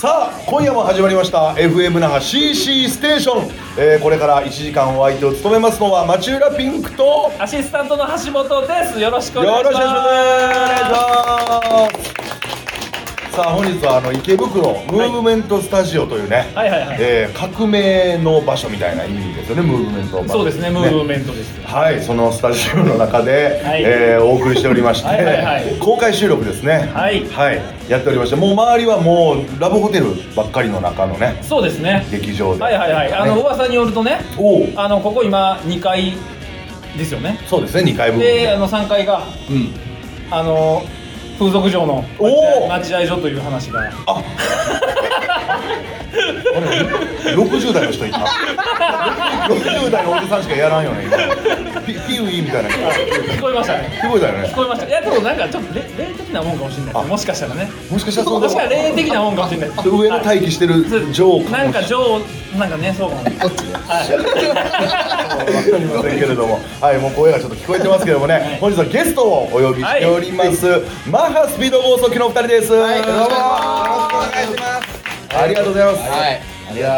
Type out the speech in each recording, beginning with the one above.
さあ今夜も始まりました FM 那覇 CC ステーション、えーこれから1時間お相手を務めますのは町浦ピンクとよアシスタントの橋本です。よろしくおろしくお願いします。願いしますさあ本日はあの池袋ムーブメントスタジオというね、はいはいはいえー革命の場所みたいな意味ですよねムーブメント場所そうですね、ムーブメントです。はい、そのスタジオの中で、はいえーお送りしておりまして、はいはいはい公開収録ですね。はいやっておりまして、もう周りはもうラブホテルばっかりの中のね、そうですね。劇場で。はいはいはい。あのね噂によるとね、おうあのここ今2階ですよね。そうですね、2階部分。で、あの3階がうん。あの風俗場のおー待合所という話が。あ。 あれ、60代の人いた。60代のおじさんしかやらんよね。今ピピウイみたいな人。聞こえましたね。聞こえたよね聞。こえました。いやでもなんかちょっと霊霊的なもんかもしれないですあね。もしかしたらね。もしかしたらそのもしかしたら霊的なもんかもしれないです。上の待機してるジョーかもしれなんかジョーなんかねそうかも。はい。わかりませんけれども、はい、もう声がちょっと聞こえてますけどもね、はい本日はゲストをお呼びしております、マッハスピード暴走機のお二人です。はい、どうもよろしくお願いしす。ます。ありがとうございます。はい、いや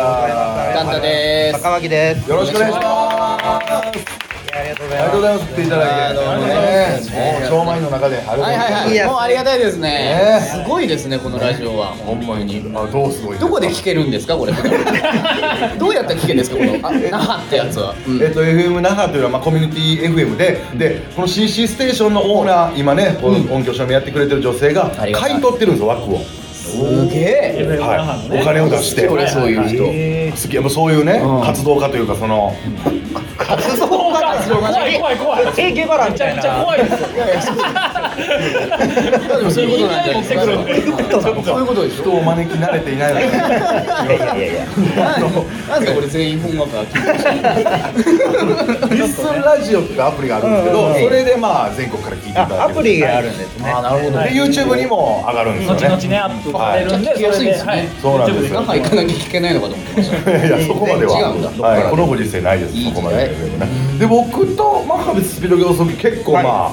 ー、ガンタです。高巻です。よろしくお願いします。ありがとうごありがとうございます。来ていただいて、ありがとうざごいますねもう超満員の中で、ありがはいはいとうございはい。まもうありがたいですね。ねすごいですね、このラジオは。す。ほんまに、あ、どうすごい。どこで聞けるんですか、これ。どうやって聞けるんですか、この。あ、なはってやつは。うんえっと、FM 那覇というのは、まあ、コミュニティ FM ででこの CC ステーションのオーナー今ねこの音響照明やってくれてる女性がありがたい買い取ってるんですよ枠を。すげえ。はい、お金を出して、俺そういう人人。好きやっぱそういうね、うん活動家というかその活動家活動怖い怖い怖い。えゲバラみたいめなちゃくちゃ怖いですよ。でもそういうことなんじゃないですか。意外に持ってくるそういうことでし人ょ。を招き慣れていないのでなんなんですか、これ全員本学が聞いてるリッスンラジオっていうアプリがあるんですけど、それでまあ全国から聞いていただあアいてるプリがあるんですねあ、なるほど。で YouTube にも上がるんですよ後ね々ねアップされるんで、それで、はい聞きやすいですねそうなんですよ那覇行かなきゃ聞けないのかと思ってました。 いやそこまでは、違うんだはい、このご時世ないですいいそこまで時代ですよねで僕と真壁スピード競争結構まあ、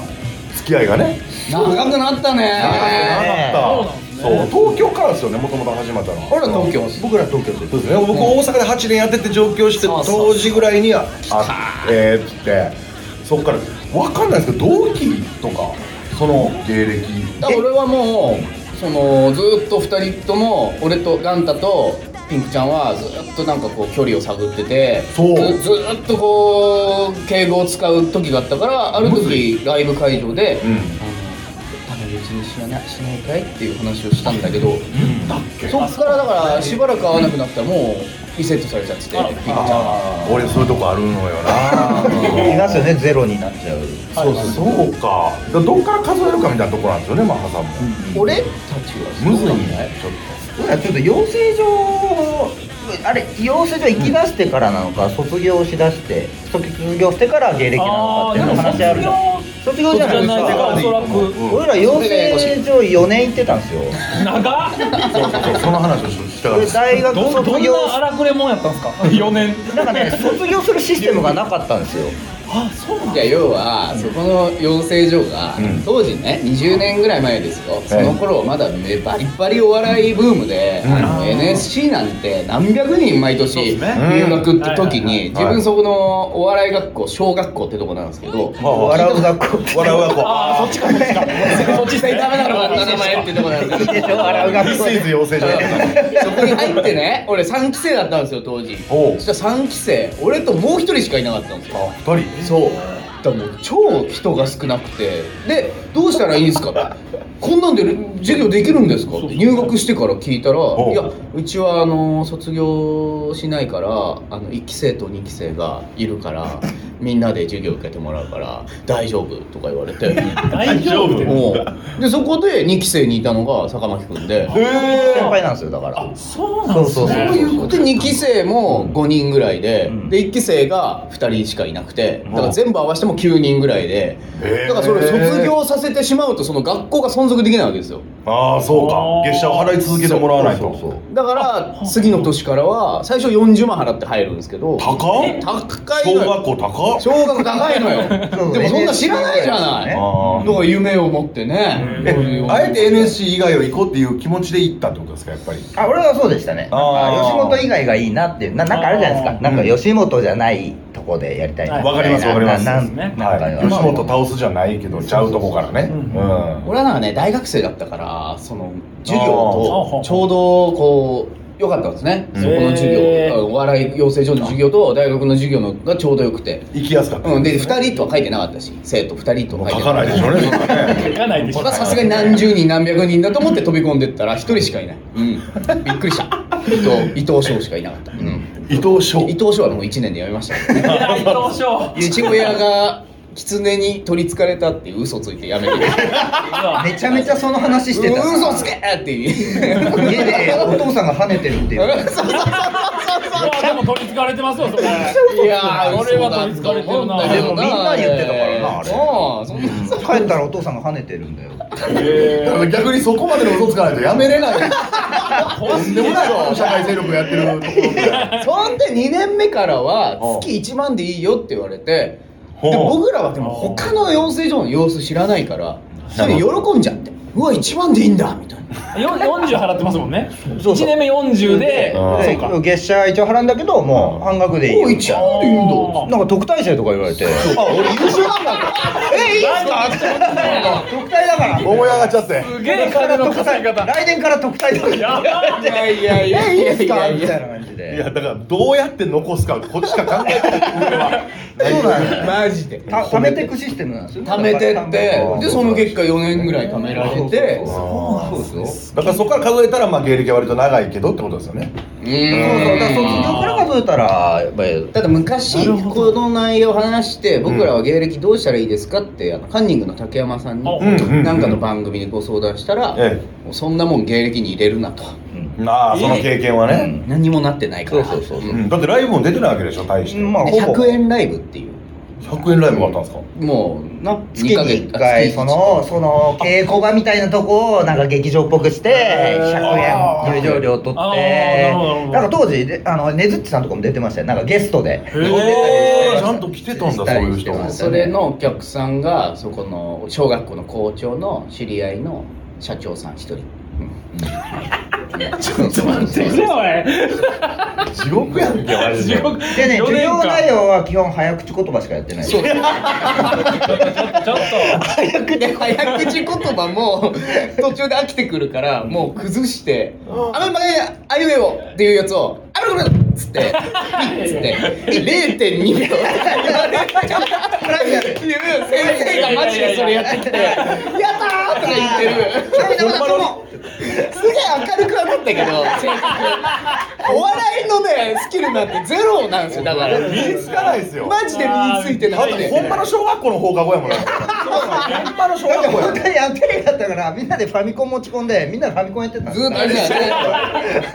付き合いがね長くなっ長くなかったそたね。うなんですねそう東京からですよねもともと始まったの俺ら東京です僕ら東京ですそうですね僕大阪で8年やってて上京してそうそう当時ぐらいにはあってっつってそっから分かんないですけど同期とかその芸歴だから俺はもうそのずーっと2人とも俺とガンタとピンクちゃんはずーっとなんかこう距離を探っててそうずずーっとこう敬語を使う時があったからある時ライブ会場でうん「あの別に死なない死ないかい?」っていう話をしたんだけどだっけそっからだからしばらく会わなくなったらもうリセットされちゃっててピンクちゃんは。あー俺そういうとこあるのよ ないますよねゼロになっちゃうそうそうかだからどっから数えるかみたいなとこなんですよねマッハさんも俺たちはむずいそうなんだよねちょっ僕らちょっと養成所をあれ養成所行き出してからなのか、卒業しだして卒業してから芸歴なのかっていうのあー話あるじゃん卒業じゃないです卒業じゃないかおそらくうん俺ら養成所4年行ってたんですよとそうそうそ長っ。うその話をしたかっ俺た大学どんど卒ん業な荒くれもんやったんですか。四年。なんかね卒業するシステムがなかったんですよあ、そうなんいや要はそこの養成所が、うん当時ね20年ぐらい前ですよ、その頃まだねバリバリお笑いブームで、うんあの NSC なんて何百人毎そうで年すね入学ってはいは時いはにい自分そこのお笑い学校小学校ってとこなんですけど、笑う学校って笑うやこあー、そっちかそっちか。そっち実際ダメなのかな名前ってとこなんですけどいいでしょ笑うミ学校スイズ養成所やったからそこに入ってね俺3期生だったんですよ当時おうそしたら3期生俺ともう一人しかいなかったんですよあ二人そうだからもう超人が少なくてでどうしたらいいんですかこんなんで授業できるんですかって入学してから聞いたらおういやうちはあの卒業しないからあの1期生と2期生がいるからみんなで授業受けてもらうから大丈夫とか言わ れて大丈夫。もうでそこで2期生にいたのが坂巻君でへえ先輩なんですよだからそうなんですそうそうね。そういうことで2期生も5人ぐらいで、で1期生が2人しかいなくてだから全部合わせても9人ぐらいで、へーだからそれ卒業させせてしまうとその学校が存続できないわけですよああそうかあー月謝を払い続けてもらわないとそうそうそうだから次の年からは最初40万払って入るんですけど高っ高い小の学校よ高っ小学校高いのよそうでもそんな知らないじゃないねあだから夢を持ってね、ーえあえて NSC 以外を行こうっていう気持ちで行ったってことですかやっぱりあ俺はそうでしたねなんあーか吉本以外がいいなっていうななんかあるじゃないですあかなんか吉本じゃないとこでやりたいはいわかりますわかりますなそうですねんなんかはい、吉本倒すじゃないけどちゃうとこからねそうそううそうん俺はなんかね大学生だったからその授業とあーちょうどこう良かったんですねうんそこの授へー業あのお笑い養成所の授業と大学の授業のがちょうどよくて、行きやすかったうん、で2人とは書いてなかったし生徒2人とは書い書てかないでしょうねそんなね行か ないでしょそれはさすがに何十人何百人だと思って飛び込んでったら1人しかいない、うん、びっくりした 伊藤伊藤翔しかいなかった、うん、伊藤翔伊藤翔はもう1年でやめましたけどねいや伊藤翔父親が狐に取りつかれたっていう嘘ついてやめてめちゃめちゃその話してた嘘つけっていう 家でお父さんが跳ねてるっていういやでも取りつかれてますよそれいやー、俺は取りつかれてるな嘘だと思うでもみんな言ってたからなあれそう、そんな。帰ったらお父さんが跳ねてるんだよだから逆にそこまでの嘘つかないとやめれないとんでもない反社会勢力やってるところみたいなそんで2年目からは月1万でいいよって言われてうんで僕らはでも他の養成所の様子知らないからそれ喜んじゃってうわ1万でいいんだみたい なよ40払ってますもんね1年目40であそでうか月謝一応払うんだけどもう半額でいいよおい1万でいいんだなんか特待生とか言われてあ俺優秀なんだえいいんすか特待だからと思い上がっちゃってすげえ金の稼ぎ方来年から特待だからやばいいやいやいやいやいやいみたやいな感じいでやだからどうやって残すかこっちしか考えてない俺はそうなんだよマジでた貯めてくシステムなんですよ貯めてってでその結果4年ぐらい貯められてそうそうそうだからそこから数えたらまあ芸歴は割と長いけどってことですよねうそうそうだからん卒業から数えたらやっぱりただ昔なるほこの内容を話して僕らは芸歴どうしたらいいですかってあのカンニングの竹山さんにうんうんうんなんかの番組にご相談したらえもうそんなもん芸歴に入れるなとああその経験はね、何にもなってないからそうそうそうううんんだってライブも出てないわけでしょ大して、うんまあでほぼ100円ライブっていう100円ライブがあったんですかもうな月に1回そのその稽古場みたいなとこをなんか劇場っぽくしてへー100円入場料取あーなってるほどなるほどなんか当時であのねずっちさんとかも出てましたよなんかゲストでへへーちゃんと来てたんだそういう人したりしてまもすそれのお客さんがそこの小学校の校長の知り合いの社長さん一人え待ってくれおちょっと地獄やんけマいジ地で獄でね四授年業間内容は基本早口言葉しかやってないそうちょっと早くで早口言葉も途中で飽きてくるからもう崩して「あめまげあゆえを」っていうやつを「あるこれ!」っつってピッつってで0.2秒っていう先生がマジでそれやってきて「やったー!」とか言ってるすげえ明るくはなったけど性格お笑いのねスキルなんてゼロなんですよだから身につかないですよマジで身についてなあくてとほんまの小学校の放課後やもんねほんまの小だっ学て校やも本ん当にアンテレだったからみんなでファミコン持ち込んでみんなでファミコンやってたんですずーっとあれだよねフ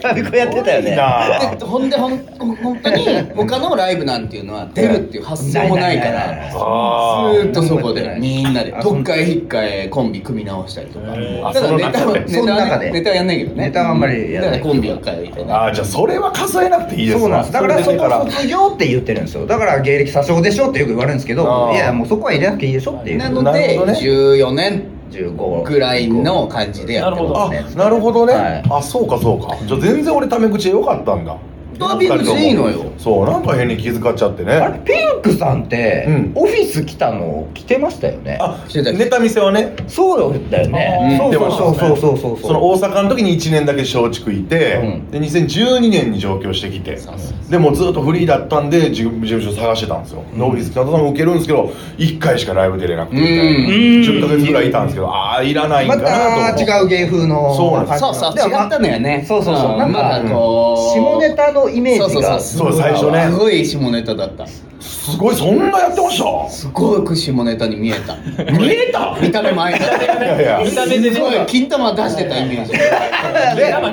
ァミコンやってたよいいねなあでほんでほんほん本当に他のライブなんていうのは出るっていう発想もないかないないないらずあーっとそこそうでだねみんなであ特会引っかえコンビ組み直したりとかへーただネタはあネタその中でそのは中ねでネタはやんないけどねネタはあんまりやだらからないコンビ一回みたいなあーじゃあそれは数えなくていいですわそうなんですだからそれでだこ卒業って言ってるんですよだから芸歴詐称でしょってよく言われるんですけあどーいやもうそこは入れなくていいでしょっていうなのなるでほどね14年15ぐらいの感じでやってまあすねなるほどね、はいあそうかそうかじゃあ全然俺タメ口良かったんだタメ口いいのよそうなんか変に気遣っちゃってあれねピンクさんって、うんオフィス来たの着てましたよねあしてたネタ見せはねそうだよねあーそうそ出まうしたねそうそうそうそうその大阪の時に1年だけ松竹いて、うんで2012年に上京してきてそうそうでもうずっとフリーだったんで事務事務所探してたんですよ、でオフィス北田さんも受けるんですけど1回しかライブ出れなくてみたいなうん10ヶ月ぐらいいたんですけどああいらないんかまなと思たって違う芸風のそうなんですそうそうで違もまったのよねそうそうそううんなんかまだこう下ネタのイメージがそうそうそうそう最初ねすごい下ネタだったそうすごいそんなやってましたすごいクッシーもネタに見えた見えた見た目もあいたいやいや見た目ですねごい金玉出してたイメージで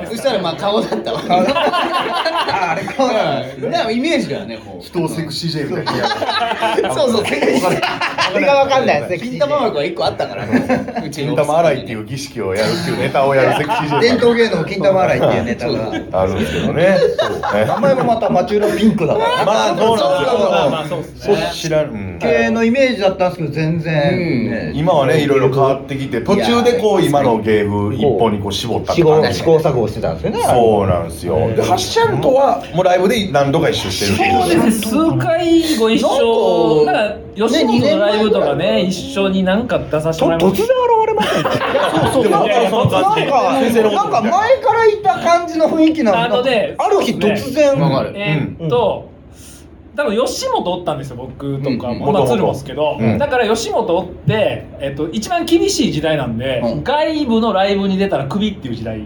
そしたらまあ顔だったわあれ顔だからイメージだよねもう人をセクシー J みたいにやるそうそうセクシーそれがわかんないですね。金玉枠は一個あったからねうち金の玉洗いっていう儀式をやるっていうネタをやるセクシー J 伝統芸能金玉洗いっていうネタが。あるんですけどねそうね名前もまたマチューラピンクだから。まあそうなんですよまあまあそうですそねう知らん、うん系のイメージだったんですけど全然、ね今はねいろいろ変わってきて途中でこう今の芸風一本にこう絞ったっ試て行感じ試行錯誤してたんですよねそうなんですよでハッシャンとはもうライブで何度か一緒してるっていうそうですね数回ご一緒なんかなんか吉本のライブとかね一緒になんか出させてもらいましたれましたねそうそういやいやその感じ先生のなんか前からいた感じの雰囲気なあののねある日突然、わかるえーっと、多分吉本おったんですよ僕とかうんも、まあ、鶴もですけど、うんだから吉本おって、えーっと一番厳しい時代なんで、うん外部のライブに出たらクビっていう時代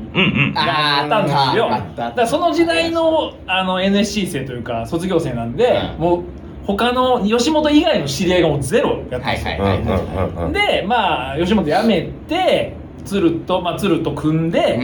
があったんですよあったあっただからその時代のあの NSC 生というか卒業生なんで、うんもう他の吉本以外の知り合いがもうゼロやったんですよ、はいうんはいはいうんうんうんでまあ吉本辞めて鶴と、まあ、鶴と組んで、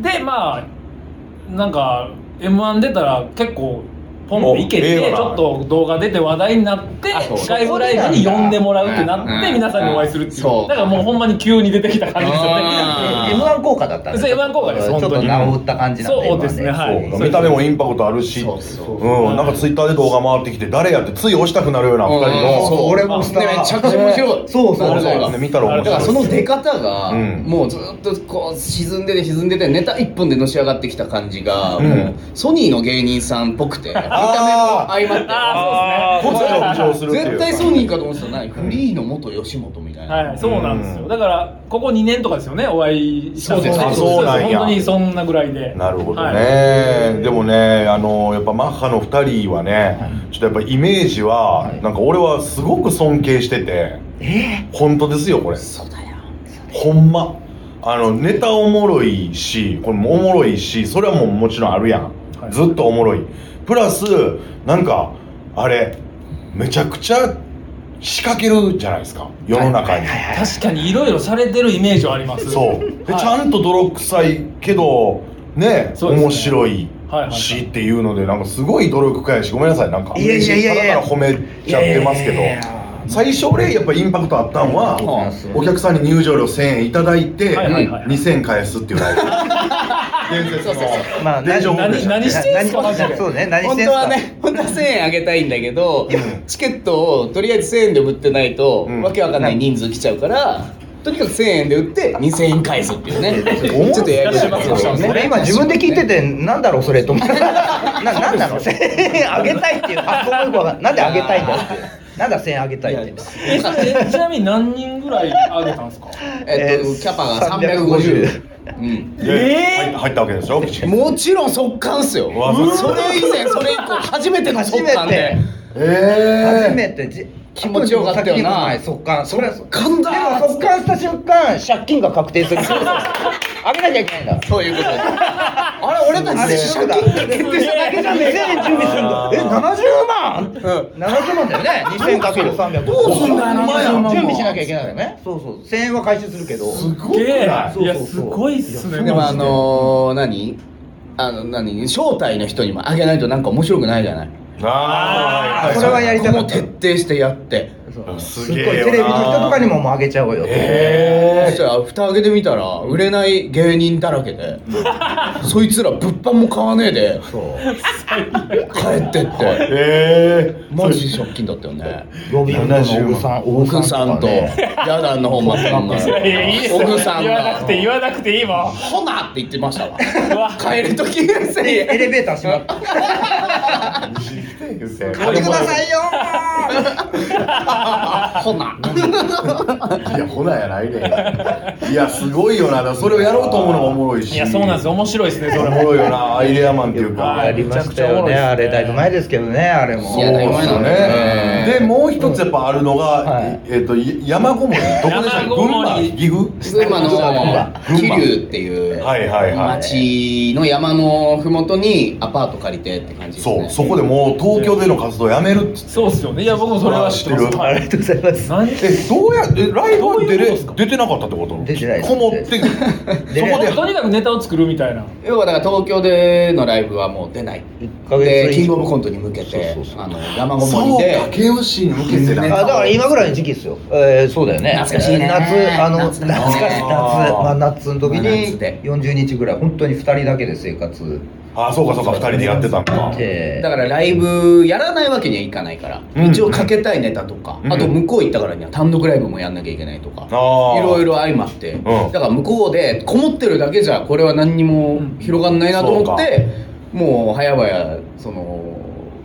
うでまあなんか m 1出たら結構ポンおっていけええわてなちょっと動画出て話題になってあそう外部ライブに呼んでもらうってなうんっうてん皆さんにお会いするっていそううだからもうほんまに急に出てきた感じですよあねー M1 効果だったんそう M1 効果ですちょっ本当とに名を打った感じなんでそうですね今はいそうか見た目もインパクトあるしそうそううんなんかツイッターで動画回ってきて誰やってつい押したくなるような二人うんのそう俺もあスタでーめちゃくちゃ面白いそうそうそうですね見たら面だか白いらその出方が、うんもうずっとこう沈んでて沈んでてネタ一本でのし上がってきた感じが、うんもうソニーの芸人さんっぽくて見た目も相まああ突如浮上すそうですねってるっていう絶対ソニーかと思ってたらフリーの元吉本みたいな、はい、そうなんですうんよだからここ2年とかですよねお会いしたのそうですあそうなんや本当にそんなぐらいでなるほどね、はいでもねあのやっぱマッハの2人はねちょっとやっぱイメージは、なんか俺はすごく尊敬してて、本当ですよこれそうだよほんまあのネタおもろいしこれもおもろいしそれはもうもちろんあるやん、はいずっとおもろいプラスなんかあれめちゃくちゃ仕掛けるじゃないですか世の中に、確かにいろいろされてるイメージはありますそうで、はいちゃんと泥臭いけどねそうですね面白いはいはいはいしっていうのでなんかすごい努力家やしごめんなさいなんかいやいやいやいやただから褒めちゃってますけどいやいやいや最初俺やっぱインパクトあったんはなんですよお客さんに入場料1000円いただいてはいはいはい2000返すっていう ライブ伝説のまあ伝承本何何してんすかマジでそうね何し本てん当すかはね本当は1000円あげたいんだけどチケットをとりあえず1000円で売ってないと、うんわけわかんない人数来ちゃうからとにかく1000円で売って2000円返すっていうねちょっとやりしまそうそうすそう俺今自分で聞いててなんだろうそれと思ってななんなの1000円 あげたいっていう発想もよくわかんないなんであげたいんだってなんだ1000円あげたいってえそれえちなみに何人ぐらいあげたんですかえっと、キャパが350。うんでえー入入ったわけでしょもちろん速乾っすよ。わうわそれ以前、それ以降、初めての速乾で。初えめてじ気持ちよかったよな速乾それは速乾だでも速乾した瞬間借金が確定するあげなきゃいけないんだそういうことです。あれ、俺たち借金が決定しただけじゃねえか。準備するんだえ70万、うん、70万だよね2000かける300どうすんだよ70万準備しなきゃいけないよねそうそう1000円は回収するけどー、すごくいないやすごいっすねでも、マあジのー、何あの、何招待の人にもあげないとなんか面白くないじゃない。あーこれはやりたかもっうた徹底してやって。そうすすっげえごいよなテレビの人とかにももうあげちゃおうよえそーしたら蓋開けてみたら売れない芸人だらけでそいつら物販も買わねえで帰ってってえー、マジ借金だったよねロビンの奥さん奥さんとヤダンの方までいやいやいいですよ奥さん言わながくて言わなくていいもん「ほな!」って言ってましたわうわ帰る時にせいエレベーター閉まった言って「来てくださいよほな。 いやほなやないねんいやすごいよなだからそれをやろうと思うのがおもろいしいや、そうなんですよ。面白いですね、そおれもも。ろいよなアイデアマンっていうかはやいりましたよね、あれ、だいぶ前ですけどね、あれも。そうでいやすだねいぶ前だねでもう一つやっぱあるのが、はいえっとい山ごもりどこでしたっけ山ご群も馬り岐阜群馬の群馬桐生っていうはいはいはい町の山のふもとにアパート借りてって感じですそねうそこでもう東京での活動やめるっつってそうっすよね。いや、僕もそれは知ってます。あありがとうございます。何えどうやえライブに出どういうことれですか出てなかったってこと出てないですこもってそ出れなこいでとにかくネタを作るみたいな。要はだから東京でのライブはもう出ない1ヶで月キングオブコントに向けてそうそうそうあの山ごもりそうでか慶応市に向けてなあんだかから今ぐらいの時期ですよ、えー、そうだよね懐かしいね夏あの夏懐だねかしい夏あー真夏の時真に夏で40日ぐらい本当に2人だけで生活あそうかそうか二人でやってたんかでだからライブやらないわけにはいかないから、うん一応かけたいネタとか、うんあと向こう行ったからには単独ライブもやんなきゃいけないとか、あーいろいろ相まって、んだから向こうでこもってるだけじゃこれは何にも広がんないなと思って、もう早々その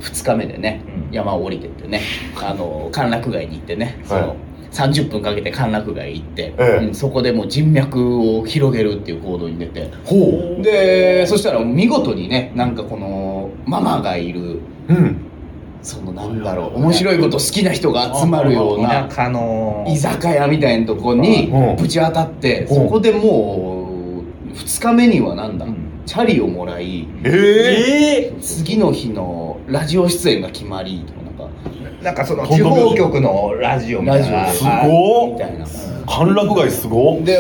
2日目でねうん山を降りてってねあの歓楽街に行ってね、そはいの30分かけて歓楽街行って、ええうんそこでもう人脈を広げるっていう行動に出て。ほでそしたら見事にねなんかこのママがいるううんそのなんだろう面白いこと好きな人が集まるような田舎の居酒屋みたいなとこにうんぶち当たってんそこでもう2日目にはなんだうんチャリをもらいえええ次の日のラジオ出演が決まりとかなんかなんかその地方局のラジオみたいなラジすごオみったいな。歓楽街すごっで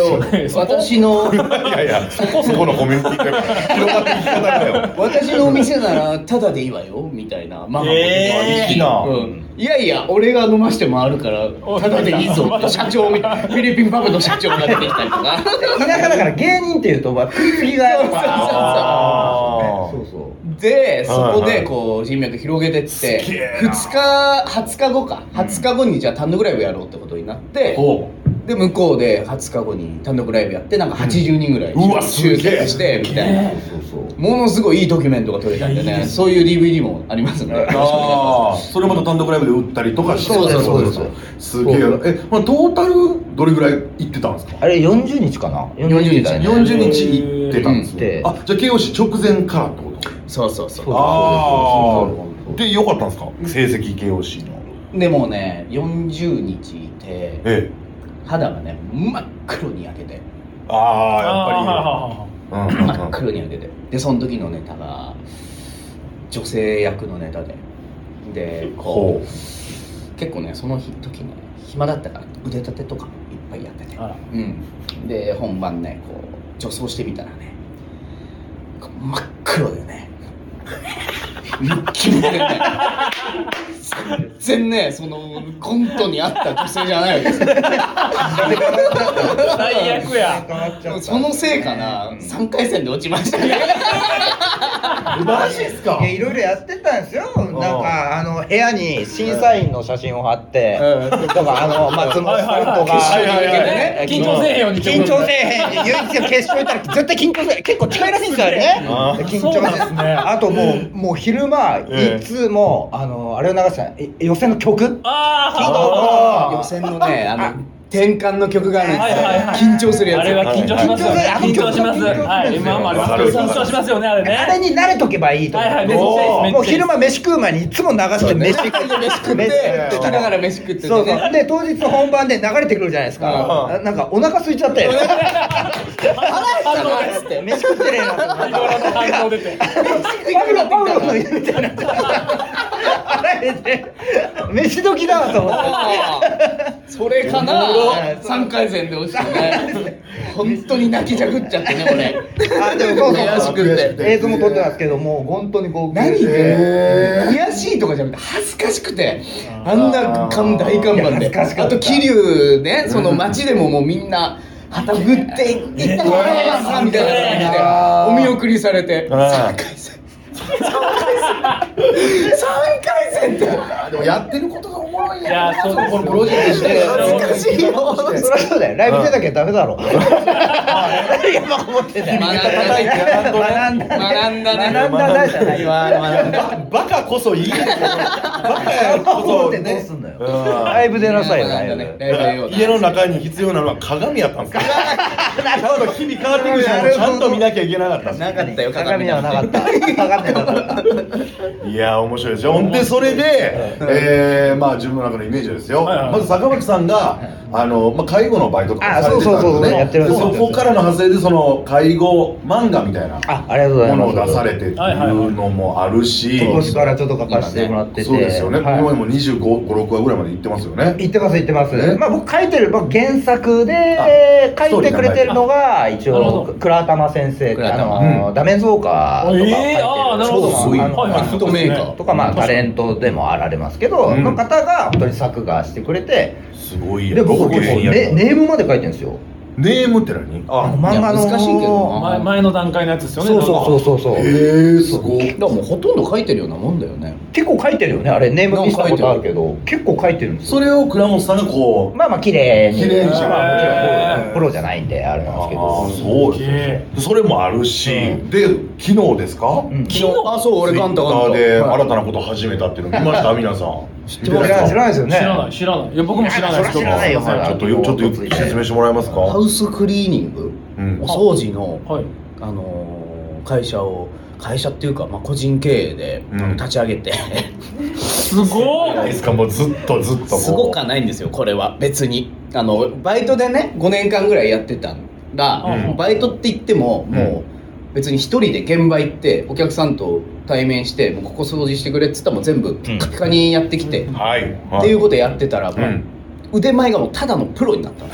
そこ私のいやいやそこそこのコミュニティだから広がっていき方だよ私のお店ならタダでいいわよみたいなママもえーいいなうんいやいや俺が飲まして回るからタダでいいぞって社長みたいなフィリピンパブの社長が出てきたりとか田舎だから芸人っていうとまあ食いつきがやっぱそうそうそうねそうではいそこでこう人脈広げてっすてげえ2日20日後か20日後にじゃあ単独ライブやろうってことになってほで向こうで20日後に単独ライブやってなんか80人ぐらいうんうわすげえ集結してみたいなそうそうそうものすごいいいドキュメントが撮れたんでいやいいでねすねそういう DVD もありますんでうああそれまた単独ライブで売ったりとかしてそうですそうですそうすげえなえまあトータルどれぐらい行ってたんですかあれ40日かな40日だよね40日行ってたんですねうんあじゃあ慶応市直前からってことそうそうそうそうあそうそうそあうで良かったんですか成績慶応市のでもね40日いてええ肌がね真っ黒に焼けてーああやっぱりうんうん真っ黒に焼けてでその時のネタが女性役のネタででこほうう結構ねその日時ね暇だったから腕立てとかいっぱいやっててあらうんで本番ねこう女装してみたらねこう真っ黒でねムッキムキでね全然ねそのコントに合った女性じゃないわけですよ最悪や。そのせいかな、うん3回戦で落ちましたね。 マジっすかいやいろいろやってたんですよなんかあの部屋に審査員の写真を貼ってうんとかあの松本さんとかはいはいはい決勝に向けてね緊張せえへんように緊張せえへんように唯一決勝行ったら絶対緊張せえへん結構近いらしいんですよあねー緊そう張なんせですねあともうもう昼間ええいつもあのあれを流してたえ予選の曲あ予選のね、 あの、転換の曲があるんはいはいはいですよ。緊張するあ。やあつ。れは緊張しますよねあ。の緊緊張張します。緊張はい、今もありますけど緊張しますよね、あれね。あれに慣れとけばいいと思うはいはい、めっちおーゃいいです。めっちゃいいですもう昼間飯食う前にいつも流して飯食って飯食で、聞きながら飯食っててそうそう。ね。で、当日本番で流れてくるじゃないですか。うあなんかお腹空いちゃって。反応です。飯食ってねえなと思っいろいろと反応出て。て。パブロ、パブロの家みたいな。腹減って飯時だわと思って。あーそれかおもなろ三回戦で落ちてね本当に泣きじゃくっちゃってね俺あ、でもそう悔しそう。く悔しくてて映像も撮ってますけど、もう本当にこう。何でえ悔しいとかじゃなくて恥ずかしくてあんな看大看板いや恥ずでかしかあったと桐生ねその街でももうみんな旗振って「いったます」みたいな感じでお見送りされてうん3回戦回戦ってあでもやってることがおもろいんいややそうなこのプロジェクトして恥ずかしいよそりゃそうだよライブ出なきゃダメだろ山こもってたよ学んだね学んだ学んだね学んだなじゃない今の学んだバカこそいいですよバカや山こもこってそどうすねんだようんライブ出なさいよライブライブ出ような家の中に必要なのは鏡やったんですよちゃんと日々変わってくるしちゃんと見なきゃいけなかったんでなかったよ鏡ではなかった鏡ではなかすっいや面白いですよほんでそれで、えーまあ自分の中のイメージですよ、はいはいまず坂巻さんがあの、まあ、介護のバイトとかあされてたんそうそうそうそうでやっすてねるでんですよそこからの派生でその介護漫画みたいなたあありがとうございものをます出されてっていうのもあるし、今年からちょっと書かせてもらっててそうですよね、はいもう今も25、6話ぐらいまで行ってますよね。言ってます言ってまねす、まあ、僕書いてる、まあ、原作であ書いてくれてるのが一なるほ応ど倉玉先生って倉あ玉の、うんダメンズウォーカーとか書いてる、ええああなるほど超すごいあのはいはいまあヒットメーカーとかまあタレントでもあられますけど、うんの方が本当に作画してくれてすごいやでんどこ僕芸人やネねネームまで書いてるんですよネームって何あのあ、漫画のいや難しいけどな前前の段階のやつですよねそうそううそうそうそう、へえ、すごい。でももうほとんど書いてるようなもんだよね結構書いてるよねあれネーム見したことあるけど結構書いてるんですそよれを倉本さんがこう、まあまあ綺麗に綺麗にしてもまあもちろんへープロプロじゃないんであれなんですけどあーそうですねそれもあるし、で、昨日ですか、うん昨日あそう俺カンタカンタ Twitter で新たなことを始めたっていうの見ました、皆さん。知知らないですよ知ねらない知らないいや僕も知らないです知らないよそれはちょっと、ちょっと説明してもらえますかハウスクリーニングうんお掃除のはいあのー会社を会社っていうか、まあ、個人経営で、うんあの立ち上げてすごないいですか、もうずっとずっとこう。すごくはないんですよこれは別にあのバイトでね5年間ぐらいやってたんが、うんバイトって言ってもうんもう別に一人で現場行ってお客さんと対面してもうここ掃除してくれっつったらもう全部ピカピカにやってきて、っはい。ていうことやってたらもうう、ん腕前がもうただのプロになったの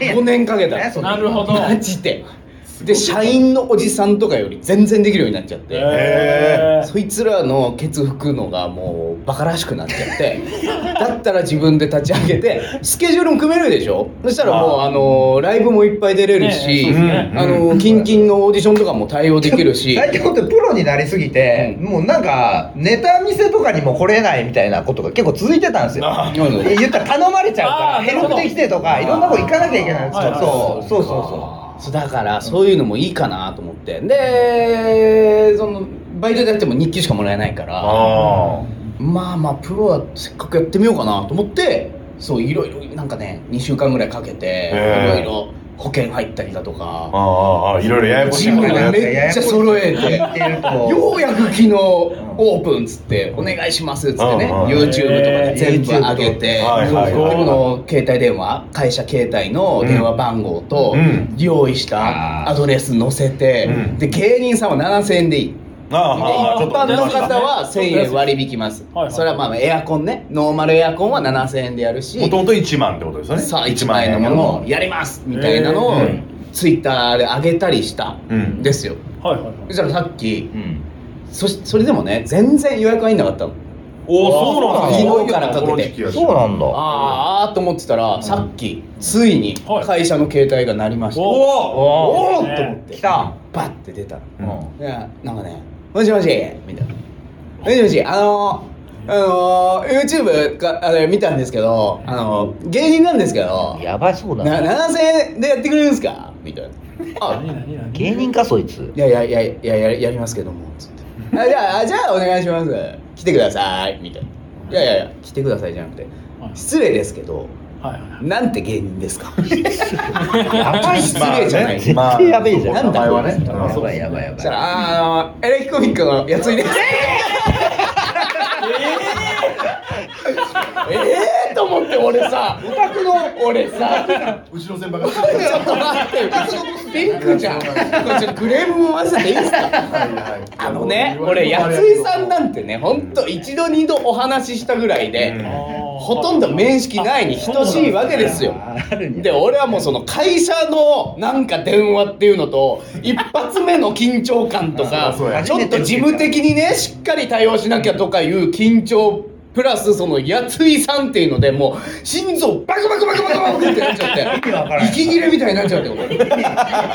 5年かけたらそんなるほど マジでで社員のおじさんとかより全然できるようになっちゃって、へーそいつらのケツ拭くのがもうバカらしくなっちゃってだったら自分で立ち上げてスケジュールも組めるでしょそしたらもうああのライブもいっぱい出れるし、ねえあのキンキンのオーディションとかも対応できるし最近本当にプロになりすぎて、うんもうなんかネタ見せとかにも来れないみたいなことが結構続いてたんですよあなるほど言ったら頼まれちゃうかあーらなヘるルほどプできてとかいろんなとこ行かなきゃいけないんですはいはいよそうそうそうそうだからそういうのもいいかなと思ってでそのバイトでやっても日給しかもらえないからあー。まあまあプロはせっかくやってみようかなと思ってそういろいろなんかね2週間ぐらいかけていへろえいろ保険入ったりだとかああああ、いろいろややこしいジムことやがっねて。めっちゃ揃えて行ってるとようやく昨日オープンっつって「お願いします」っつってねうんうん YouTube とかで全部上げ YouTube てとかはいはいはい僕の携帯電話会社携帯の電話番号とうん用意しあたアードレス載せてうんで芸人さんは7000円でいい。ああでああ、ちょ一っ般との方はそう1000ですね円割引きます、はいはいそれはまあエアコンねノーマルエアコンは7000円でやるしもともと1万ってことですよね。さあ1万円のものをやりますみたいなのをえーツイッターで上げたりしたうんんですよ、はいはいはいそしたらさっきうんそしそれでもね全然予約入んなかったのおお、そうなん昨日からかけてそうなんだあーあーと思ってたら、さっきついにはい会社の携帯が鳴りました、おおおおおーーっと思って来たバッて出たのうんいやなんかね「もしもし」みたいな「もしもしあのあの YouTube かあれ見たんですけどあの芸人なんですけどやばそうだなな7000円でやってくれるんですか?」みたいな「あ何何何芸人かそいついやいやいやいやややりますけども」つってあ「じ ゃああじゃあお願いします来てください」みたいな「いやいやいや来てください」じゃなくてはい「失礼ですけどはいはいなんて芸人ですか? 」やばいっすまあね絶対やべえじゃん名前はね。やばいやばいやそばしいたら「あーあのエレキコミックのやついです」ええーと思って俺さオタクの俺さ後ろ先輩が。ちょっと待ってピンクじゃんこれちょっとクレームも混ぜていいですかあのね俺やついさんなんてねほんと一度二度お話ししたぐらいで、うんほとんど面識ないに等しいわけですよあるんやで俺はもうその会社のなんか電話っていうのと一発目の緊張感とかあそうやちょっと事務的にねしっかり対応しなきゃとかいう緊張プラスそのやついさんっていうのでもう心臓バクバクバクバクバクってなっちゃって意味わからん息切れみたいになっちゃって俺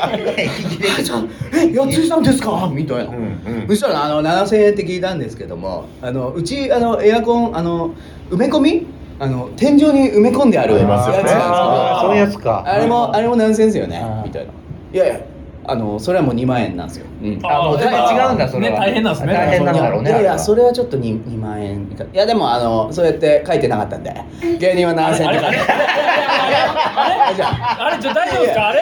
ちょえ、やいついさんですかみたいな、うんうんそしたらあの7000円って聞いたんですけどもあのうちあのエアコンあの埋め込みあの天井に埋め込んであるあやりつなんますよねですけどあーそういうやつかあれもあれも7000円ですよねあーみたいないやいやあのそれはもう2万円なんですようんあもう全然あー違うんだそれはね大変なんですね大変なんだろうねいやいいややそれはちょっと 2, 万円みたいないやでもあのそうやって書いてなかったんで芸人はあれ7000円あれあとかれであれ あれちょ大丈夫ですかあ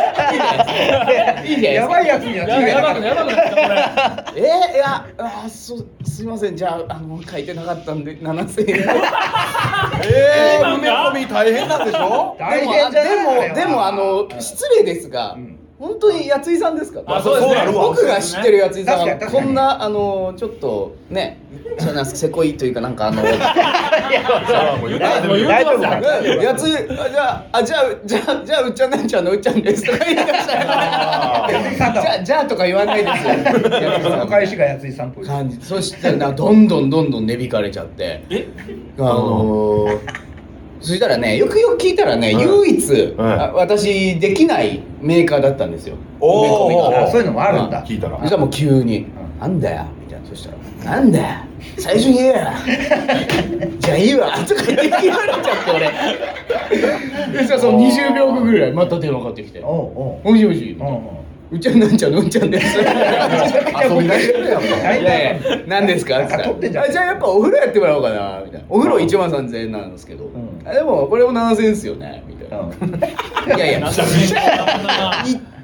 れいいじゃんやばいやつにややばやばくないやばくないですかこえー、いやあーそうすいませんじゃああの書いてなかったんで7000円ええな埋んめか込み大変なんでしょでもあでもでもあの失礼ですが、本当にやついさんですからあそうですねそうなるわ僕が知ってるやついさんは確かに確かこにんなあのちょっとねそうなんですせこいというかなんかあのさあもう言ったれもう言うらてますなよんかやついあじゃああじゃあじゃあじゃあうっちゃんなんちゃんのうっちゃんですとか言い出したらあーじゃあじゃあとか言わないですよやついさおん返しがやついさんっぽいです感じそしてなどんどんどんどん値引かれちゃってえあのー そしたらねよくよく聞いたらね、うん唯一、うんあ私できないメーカーだったんですよおー埋め込みがおーあそういうのもあるんだ聞いたらそしたらもう急に「なんだよ」みたいなそしたら「なんだよ最初に言えよ」 「じゃあいいわ」とか言って言われちゃって俺そしたらその20秒後ぐらいまた電話かかってきて「おうおうもしもし」おうおううちはなんちゃんのうんちゃん です」遊び出してるやんいやいや、何ですかなんか撮ってんじゃんあじゃあやっぱお風呂やってもらおうかなみたいなお風呂1万3000円なんですけど、んあでもこれも7000円ですよねみたいな、いやいやなん行だ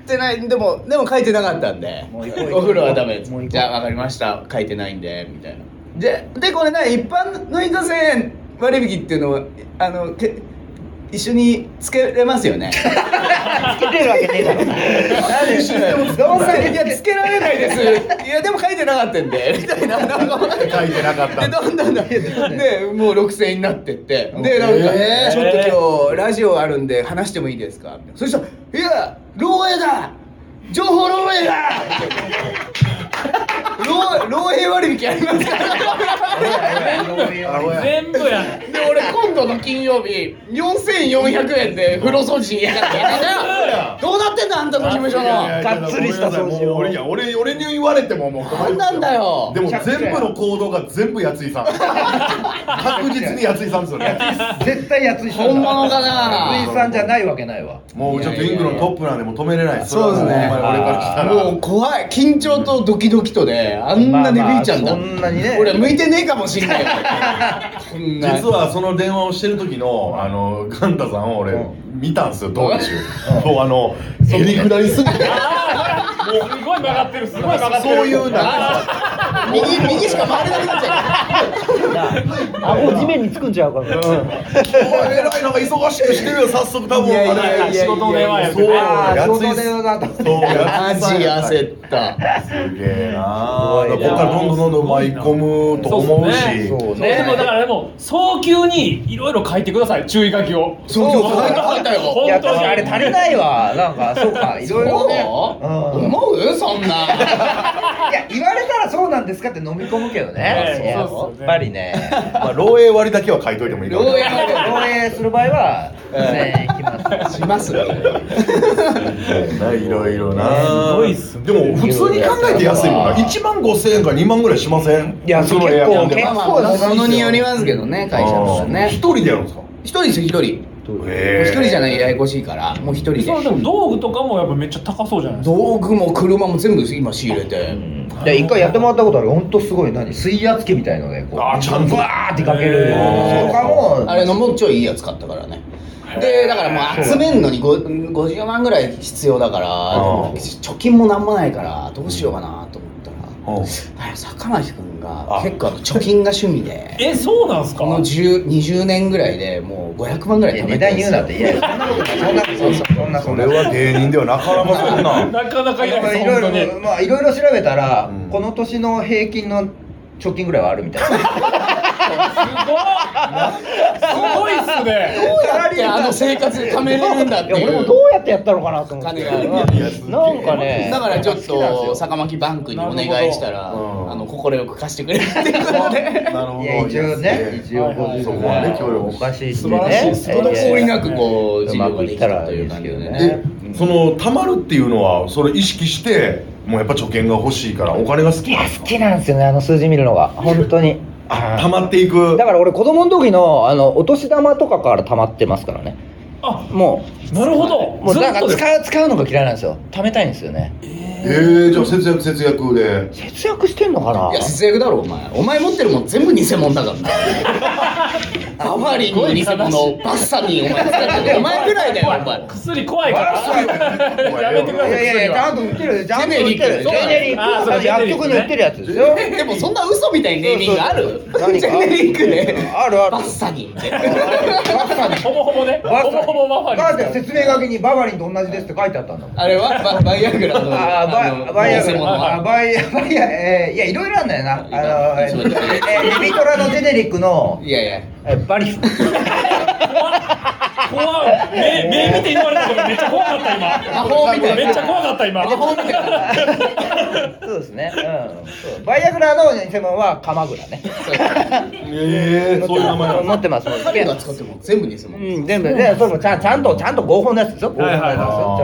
ってないでもでも書いてなかったんでもう行こう行こうお風呂はダメですもう行こうじゃあ分かりました書いてないんでみたいなででこれね一般の人1000円割引っていうのはあのけ一緒につけれます よねつけてるわけねえだろなんで一緒にどうせいやつけられないですいやでも書いてなかったんでみたいななんか書いてなかったでんだ どんどんどんでもう6000円になってってでえーなんか、ちょっと今日ラジオあるんで話してもいいですか?」みたいなそしたら「いや漏洩だ情報漏洩だ!」漏漏洩割引ありますから全部やんで俺今度の金曜日4400円で風呂掃除に行かなきゃいけないな どうなってんだあんたの事務所いやいやのいやがっつりした掃除をもう俺いや俺俺に言われてももう困何るなんだよでも全部の行動が全部やついさん確実にやついさんですよね絶対やついさんだ本物かなやついさんじゃないわけないわもうちょっとイングのトップなんでもう止めれないそうですねれはもうお前俺から来たらもう怖い緊張とドキドキとであんなにびいちゃうんだ、まあまあそんなにね俺向いてねえかもしんない よこんな実はその電話をしてる時のあのガンタさんを俺見たんですよ道中もうあのへりくだりすぎてすごい曲がってるすごい曲がってるそういうなんか右右しか回れなくなっちゃ顎地面につくんちゃうからお前偉いなんか忙しくしてるよ早速多うい分やいあやいやれいや仕事の電話やっそてうねあやあつい仕事でだとそうマやついジさんやった焦ったすげえなあすここごいかならどんどんどんどん舞い込むと思うしそうっすねそうでねもだからでも早急にいろいろ書いてください注意書きをそうそう書いて書いたよ本いや当にあれ足りないわなんかそうかいろいろねそううん思うそんないや言われたらそうなんですかって飲み込むけどねええやそうっっすよねぱ りねまあ漏洩割だけは書いといてもいいかも漏洩割漏洩する場合は全員行きますしますないろいろなすごいっすねでも普通に考えて安いもんな1万5千円か2万ぐらいしませんいや普通のエアコンで結まもあ構まあものによりますけどね会社とかあー一ね人でやるんですか一人ですよ一人へー一人じゃないややこしいからもう一人でそうでも道具とかもやっぱめっちゃ高そうじゃないですか道具も車も全部今仕入れて、で一回やってもらったことある本当すごい何水圧機みたいのでこうあーちゃんとバーってかけるへーとかもあれのもうちょいいいやつ買ったからねでだからもう集めんのに5 50万ぐらい必要だからうん貯金もなんもないからどうしようかなと思ったらうんあれ坂巻君があ結構あの貯金が趣味 でえそうなんすかこの10 20年ぐらいでもう500万ぐらいいや貯値めて段んですよ言うなっていやいやそんなことないそんなことないそんなそそんれなは芸人ではなかなかそんななかなかいないですいろいろ本当にまあいろいろ調べたらうんこの年の平均の貯金ぐらいはあるみたいなすごいっすねどうや ってあの生活で貯めれるんだっていやい俺もうどうやってやったのかなと思って金がうんなんかねだからちょっ好きなんですとよ坂巻バンクにお願いしたらなるほどうんあの快く貸してくれるっていうことでなるほどいや一応ね一応はいはいそこはね協力おかしいって素晴らしいね素晴らしい滞りなくこうう事ま業がくできいったたらといいいでうす感けじどでねねでその貯まるっていうのはそれ意識してもうやっぱ貯金が欲しいからお金が好きいなんやです好かきなんですよねあの数字見るのが本当にあ貯まっていくだから俺子供の時のあのお年玉とかから溜まってますからねあもなるほうどもうずなんっかとです使う使うのが嫌いなんですよ貯めたいんですよねえー、じゃあ節約節約で節約してんのかないや節約だろお前お前持ってるもん全部偽物だからな あまりに偽物バッサにお前使ってるお前ぐらいだよお前薬怖いから怖い やめてください薬はと売ってるよちゃんと売ってるジェネリあーックそうジェネ薬リッ局クねに売ってるやつですよでもそんな嘘みたいなネーミングある何ジかェネリックであるあるバッサにってほぼほぼねバほぼほぼバファリンだって説明書きにバファリンと同じですって書いてあったんだもんあれはババイアグラのああーバのバイアグ偽物ラあはバイアバイアえーいやいろいろあんだよなあのえーえーレビトラのジェネリックのいやいやえーバリフ怖い目目見て言われたことめっちゃ怖かった今魔法みたいなめっちゃ怖かった今魔法みたいなそうですねうんそうバイアグラの偽物は鎌倉ねええー、そういう名前なん持だってます持ってます彼が使ってるもん全部偽物うん全部でそれもちゃんちゃんとちゃんと合法のやつですよ合法のはいはいあや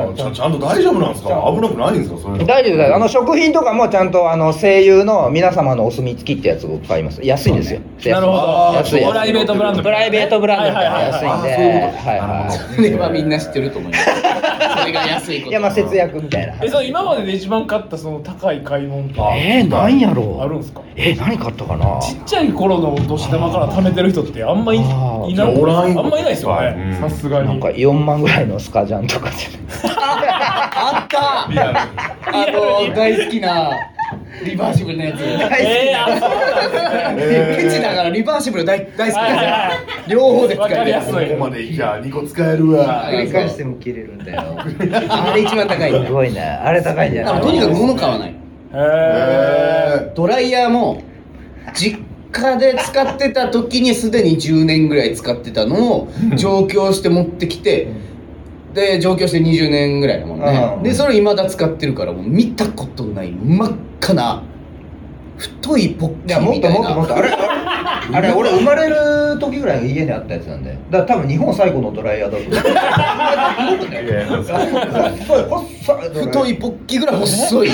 ーつちちゃゃんんちゃとんと大丈夫なんですか危なくないんですかそういうの大丈夫だよあの食品とかもちゃんとあの声優の皆様のお墨付きってやつを使います安いんですよなるほど安いプライベートブランドプライベートブランドだかはいはいらはい安いんではいはそれはみんな知ってると思いますそれが安いいこいとやまあ節約みたいなえその今までで一番買ったその高い買い物とかえー、なんやろうあるんすかえー、何買ったかなちっちゃい頃のお年玉から貯めてる人ってあんまいいあなーいいやおらんよあんまいないですようねんさすがなにんか4万ぐらいのスカジャンとかじゃないあったリアルあの大好きなリバーシブルのやつえー、あそうなんですねえーケチだからリバーシブル大大好きはいはいなはんいですよ両方で使えるやつわかりやここまでじゃあ2個使えるわ繰り返しても切れるんだよあれ一番高いんだすごいねあれ高いんじゃだかならいとにかく物買わないへえドライヤーも実家で使ってた時にすでに10年ぐらい使ってたのを上京して持ってきてで上京して20年ぐらいだもんねうんでそれ未だ使ってるからもう見たことない真っ赤な太いポッいキやーもっみたといなもっともっとあれあれあれ俺生まれる時ぐらいの家にあったやつなんでだから多分日本最古のドライヤーだと思うー、いやいやそう細い細いドライヤー太いポッキーぐらい細い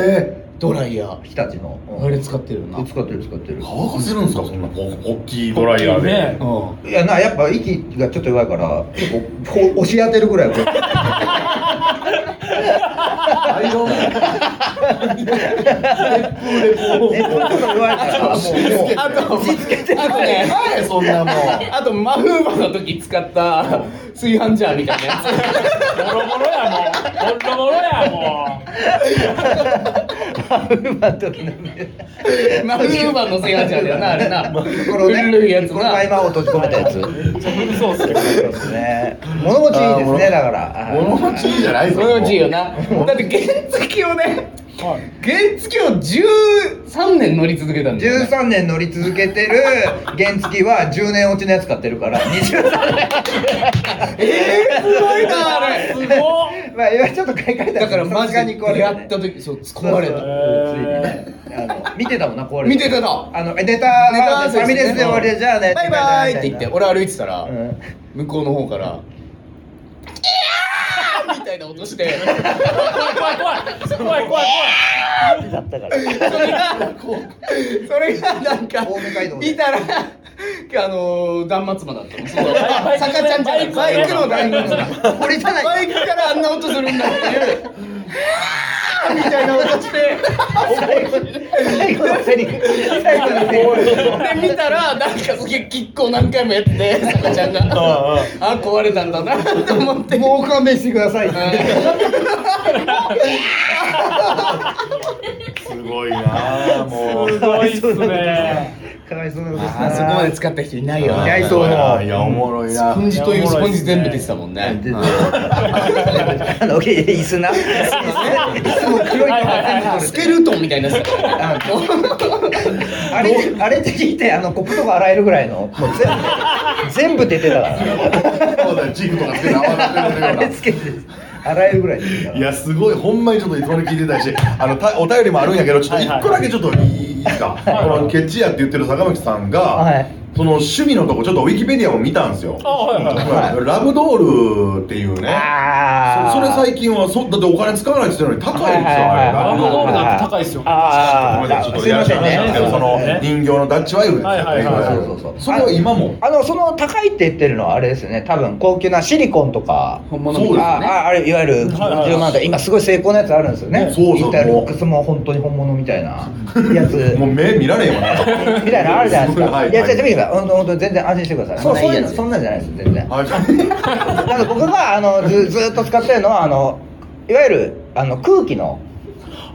えドライヤー日立の、うんあれ使ってるよな使ってる使ってるー、乾かせるんですかそんなポッキードライヤーで、ねういやなやっぱ息がちょっと弱いから結構こう押し当てるぐらいこうアイロン熱風とか弱いからもうもんあとあとねはいそんなも んあとマフーバの時使った炊飯ジャーみたいなやボロボロやもうボロボロやもう馬の時のつマフーバの炊飯ジャーだよなあれなこのね古いやつこの合な間を閉じ込めたやつそめうっちゃ古そうっすけどうですね物持ちいいですねだから物持ちいいじゃないそれは G よなだって原付をねはい原付を13年乗り続けたんだよ、ね、 13年乗り続けてる原付は10年落ちのやつ買ってるから23年えー、すごいなあれすごっまあいやちょっと買い替えただからマジさすがでに壊れ出た会ねった時そう壊れそうたそうついにねあの見てたもんな壊れ見てたなあのえネタネタ合わはせファミレスで終わりだじゃあねバイバイって言って俺歩いてたら、うん向こうの方から「 いやー!」みたいな音して怖い怖い怖い怖い怖いだったからそれがそれがなんか青梅街道で見たらあのー断末魔だったのそのバイク坂ちゃんじゃないババイクイクの断末魔これじゃないバイクからあんな音するんだっていうあーみたいな音して最後のセリフ最後のセリフで見たらなんかすげえキックを何回もやってて坂ちゃんがあー壊れたんだなって思ってもう勘弁してくださいってすごいなあもうすごいっすねかわいそうなことですあーそこまで使った人いないよ意ね外といやおもろいスなポンジというスポンジ全部出てたもんねあの、いや椅子な。椅子も黒いのが全部れてスケルトンみたいなさあのあれあれって聞いてあのコップとか洗えるぐらいのもう全部全部出てたからそうだよチームとかつけて泡立てるよあうなれつけて洗えるぐらい出てたかいらやすごいほんまにちょっといつまで聞いてたいしあのたお便りもあるんやけどちょっと一個だけちょっといいですか、このケチやって言ってる坂巻さんが、はいその趣味のとこちょっとウィキペディアを見たんですよ、あはいはいはいはラブドールっていうねあそあそれ最近はそだってお金使わないって言ってるのに高いですよ、はいはいはいあれララブブドールドールなんて高いっすよあちょっあとすいやまらしいせ話んなんですけどねその人形のダッチワイルドですよね、はいはいはいわゆるそうそうそうそれは今もあのその高いって言ってるのはあれですよね多分高級なシリコンとか本物みたいあなねああれいわゆいるはい10万とか今すごい成功なやつあるんですよねそうそう一体ロックスも本当に本物みたいな やつもう目見られへんよ なみたいなのあるじゃないです か。はいいや、じゃあ、見てください。本当、本当、全然安心してください。そう、そんそないういういの、やつそんなんじゃないです。全然。あじゃあなんか、僕が、あの、ず、ずーっと使ってるのは、あの。いわゆる、あの、空気の。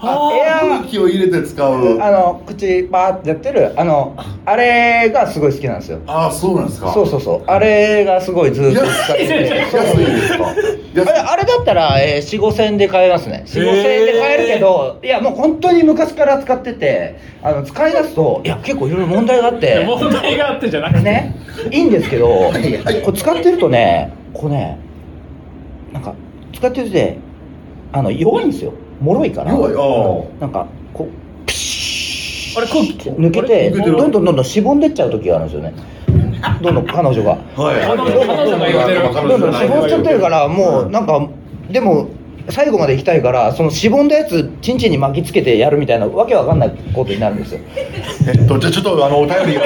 あエア空気を入れて使うあの、口、バーってやってる、あの、あれがすごい好きなんですよ。ああそうなんですかそうそうそう、あれがすごいずーっと使って安いて。そうですかあれあれだったら、えー、4、5千円で買えますね。4、5千円で買えるけど、いや、もう本当に昔から使ってて、あの、使い出すと、いや、結構いろいろ問題があって。問題があってじゃなくてね、いいんですけど、こいはいれ使ってるとね、こうね、なんか、使ってるとね、あの、弱いんですよ。脆いから。弱いあーなんか、こう、あれ空気抜けて、抜けてるどんどんどんどんしぼんでっちゃう時があるんですよね。どんどん彼女が。はい彼女彼女が言うてるどんどんしぼんちゃってるから、もう、なんか、でも、最後まで行きたいから、そのしぼんだやつ、ちんちんに巻きつけてやるみたいな、わけわかんないことになるんですよ。えっとじゃあちょっとあのお便りをす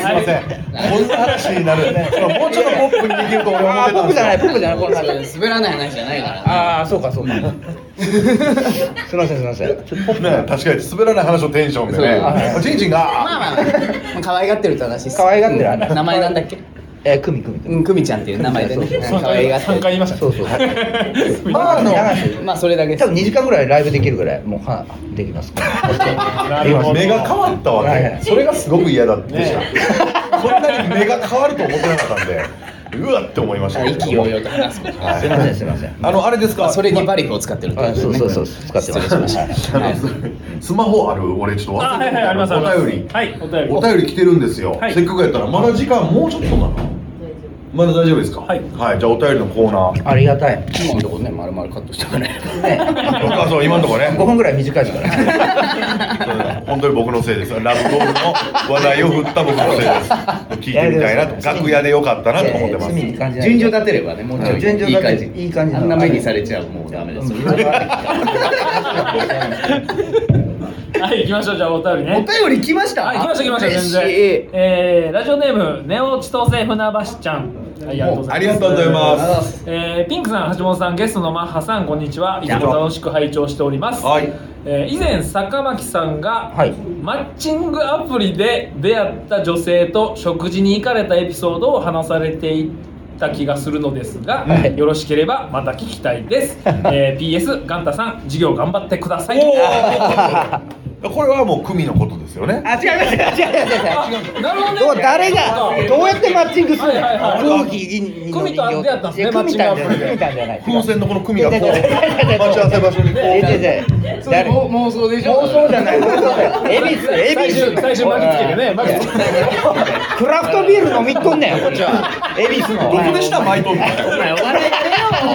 いませんこんな話になるねそのもうちょっとポップにできると俺はああ、思ポッっプてじゃなたんい、ですポップじゃない、この話。滑らない話じゃないからああそうかそうかすいませんすいませんちょっとよね確かに滑らない話のテンションでそうねジンジンまあがまあまあ可愛がってるって話っす可愛がってるうん名前なんだっけえー、組み組みうん、くみちゃんっていう名前でねそうそう可愛がって3回言いましたそうそうまああ長のいまあそれだけです多分2時間ぐらいライブできるぐらいもうはできますからなるほど目が変わったわはいけはいそれがすごく嫌だってねこんなに目が変わると思ってなかったんでうわって思いましたけど息をよく話すことはいすいませんすいませんあのあれですまかあそれにバリフを使ってるってこあとですそうねそうそう使ってます失礼しましたあはのい スマホある俺ちょっと忘あはれていはいありますありまたすお便りはいお便りお便り来てるんですよ、はいせっかくやったらまだ時間もうちょっとかなまだ大丈夫ですかはいじゃあお便りのコーナ ーありがたいね今のところね丸々カットしてもらえるあそう今のところね5分ぐらい短いですからね 本当に僕のせいですラブゴールの話題を振った僕のせいです聞いてみたいなと楽屋でよかったなと思ってま罪にす感じない順序立てればねもうちょい順序いい立て感じいい感じあんな目にされちゃうもうダメですはい行きましょうじゃあお便りねお便り来ましたはい、来ました来ました、全然。えーラジオネーム、ネオ千歳船橋ちゃん。はい、ありがとうございます。ありがとうございますえーピンクさん、橋本さん、ゲストのマッハさん、こんにちは。いつも楽しく拝聴しております。はいえー以前、坂巻さんが、はいマッチングアプリで出会った女性と食事に行かれたエピソードを話されていた気がするのですが、はいよろしければまた聞きたい です。えー PS、ガンタさん、授業頑張ってください。おーこれはもう組のことですよねあ違います違います違いますあ なるほどねどう誰がどうやってマッチングすはるの、いはいはい空気にの組と出会ったんですねいや組みたんマッチングじゃない組アプリでみたんじゃない風船のこの組がこういやいやいやいや待ち合わせ場所にこえうえええそれ誰も妄想でしょ妄想じゃない妄想じゃない恵比寿恵最比寿終最終巻きつけてね巻きつけてクラフトビール飲みっとんねんこっちは恵比寿のどこでしたマイトンお前お笑いだ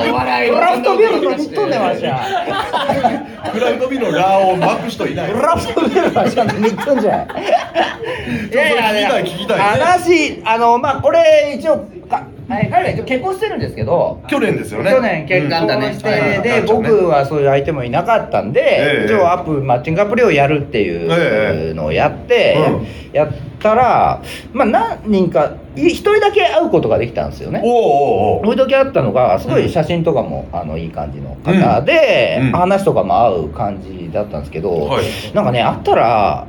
よお笑いクラフトビール飲みっとんねんわしはクラウドビのラーを巻く人いないクラフトビールわしは飲みっとんじゃん聞きたいい聞きたい話あのまあこれ一応かはい彼ら一応結婚してるんですけど去年ですよね去年結婚して、うんで、僕はそういう相手もいなかったんで、ええ一応アップマッチングアプリをやるってえいうのをやって、うやったら、まあ、何人かい一人だけ会うことができたんですよね。おうおうおう置いときあったのがすごい写真とかも、あのいい感じの方で、うんうん話とかも合う感じだったんですけど、はいなんかね会ったら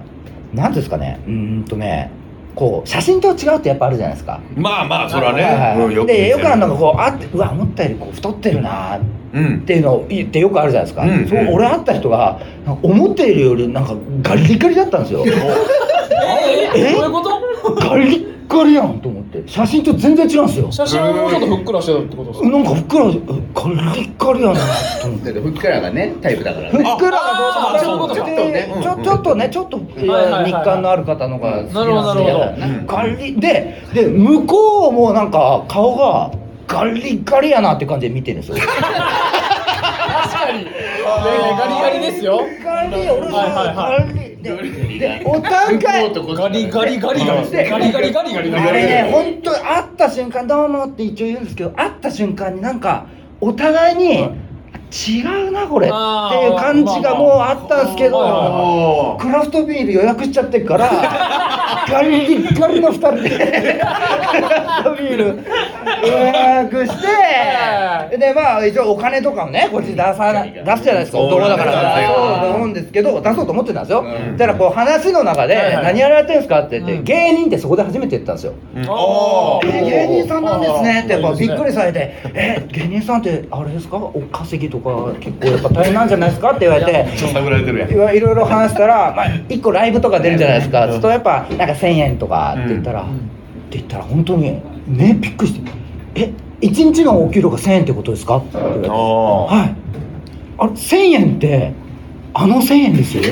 何ですかねうーんとねこう写真と違うってやっぱあるじゃないですか。まあまあそれははいね、はいうんよく見せでるよくあるのがこうあってうわ思ったよりこう太ってるなーうんっていうのってよくあるじゃないですか、うんうんそう俺会った人がなんか思ってい るよりなんかガリガリだったんですよええどういうことガリかりやんと思って写真と全然違うんですよ写真はもうちょっとふっくらしてたってことですかなんかふっくらえカリッカリやなと思って だってふっくらがねタイプだからふっねくらがどうしてもあちょっとねあちそういうことかょちょっとねちょっといはいはやい日韓のある方のが好きなるほどなるほどなんでガリでで向こうもなんか顔がガリガリやなって感じで見てるんですよ確かに、ねえ ガリガリですよガリ俺もはいはいはガリででお互いガリガリガリガリでガリガリガリガリガリあれね、本当に会った瞬間、どうもって一応言うんですけど、会った瞬間になんか、お互いに、違うな、これってあーいう感じがもうあったんですけまあまあまあど、あクラフトビール予約しちゃってるから、ガリッガリの2人で、クラフトビール予約して、で、まあ、一応お金とかもね、こっち出さな、出すじゃないですか、男だから。出そうと思うんですけど、出そうと思ってたんですよ。うんだからこう話の中で、はいはい何やられてるんですかって言って、うん芸人ってそこで初めて言ったんですよ。うんあえー芸人さんなんですねってやっぱあーびっくりされて「え芸人さんってあれですかお稼ぎとか結構やっぱ大変なんじゃないですか?」って言われて。ちょっと探られてるやんいわいろいろ話したら、まあ、1個ライブとか出るじゃないですか、ちょっとやっぱなんか1000円とかって言ったら、うんって言ったら本当にねびっくりして「え一1日のお給料が1000円ってことですか?」って言われて「あーはいあれ1000円ってあの1000円 ですよ」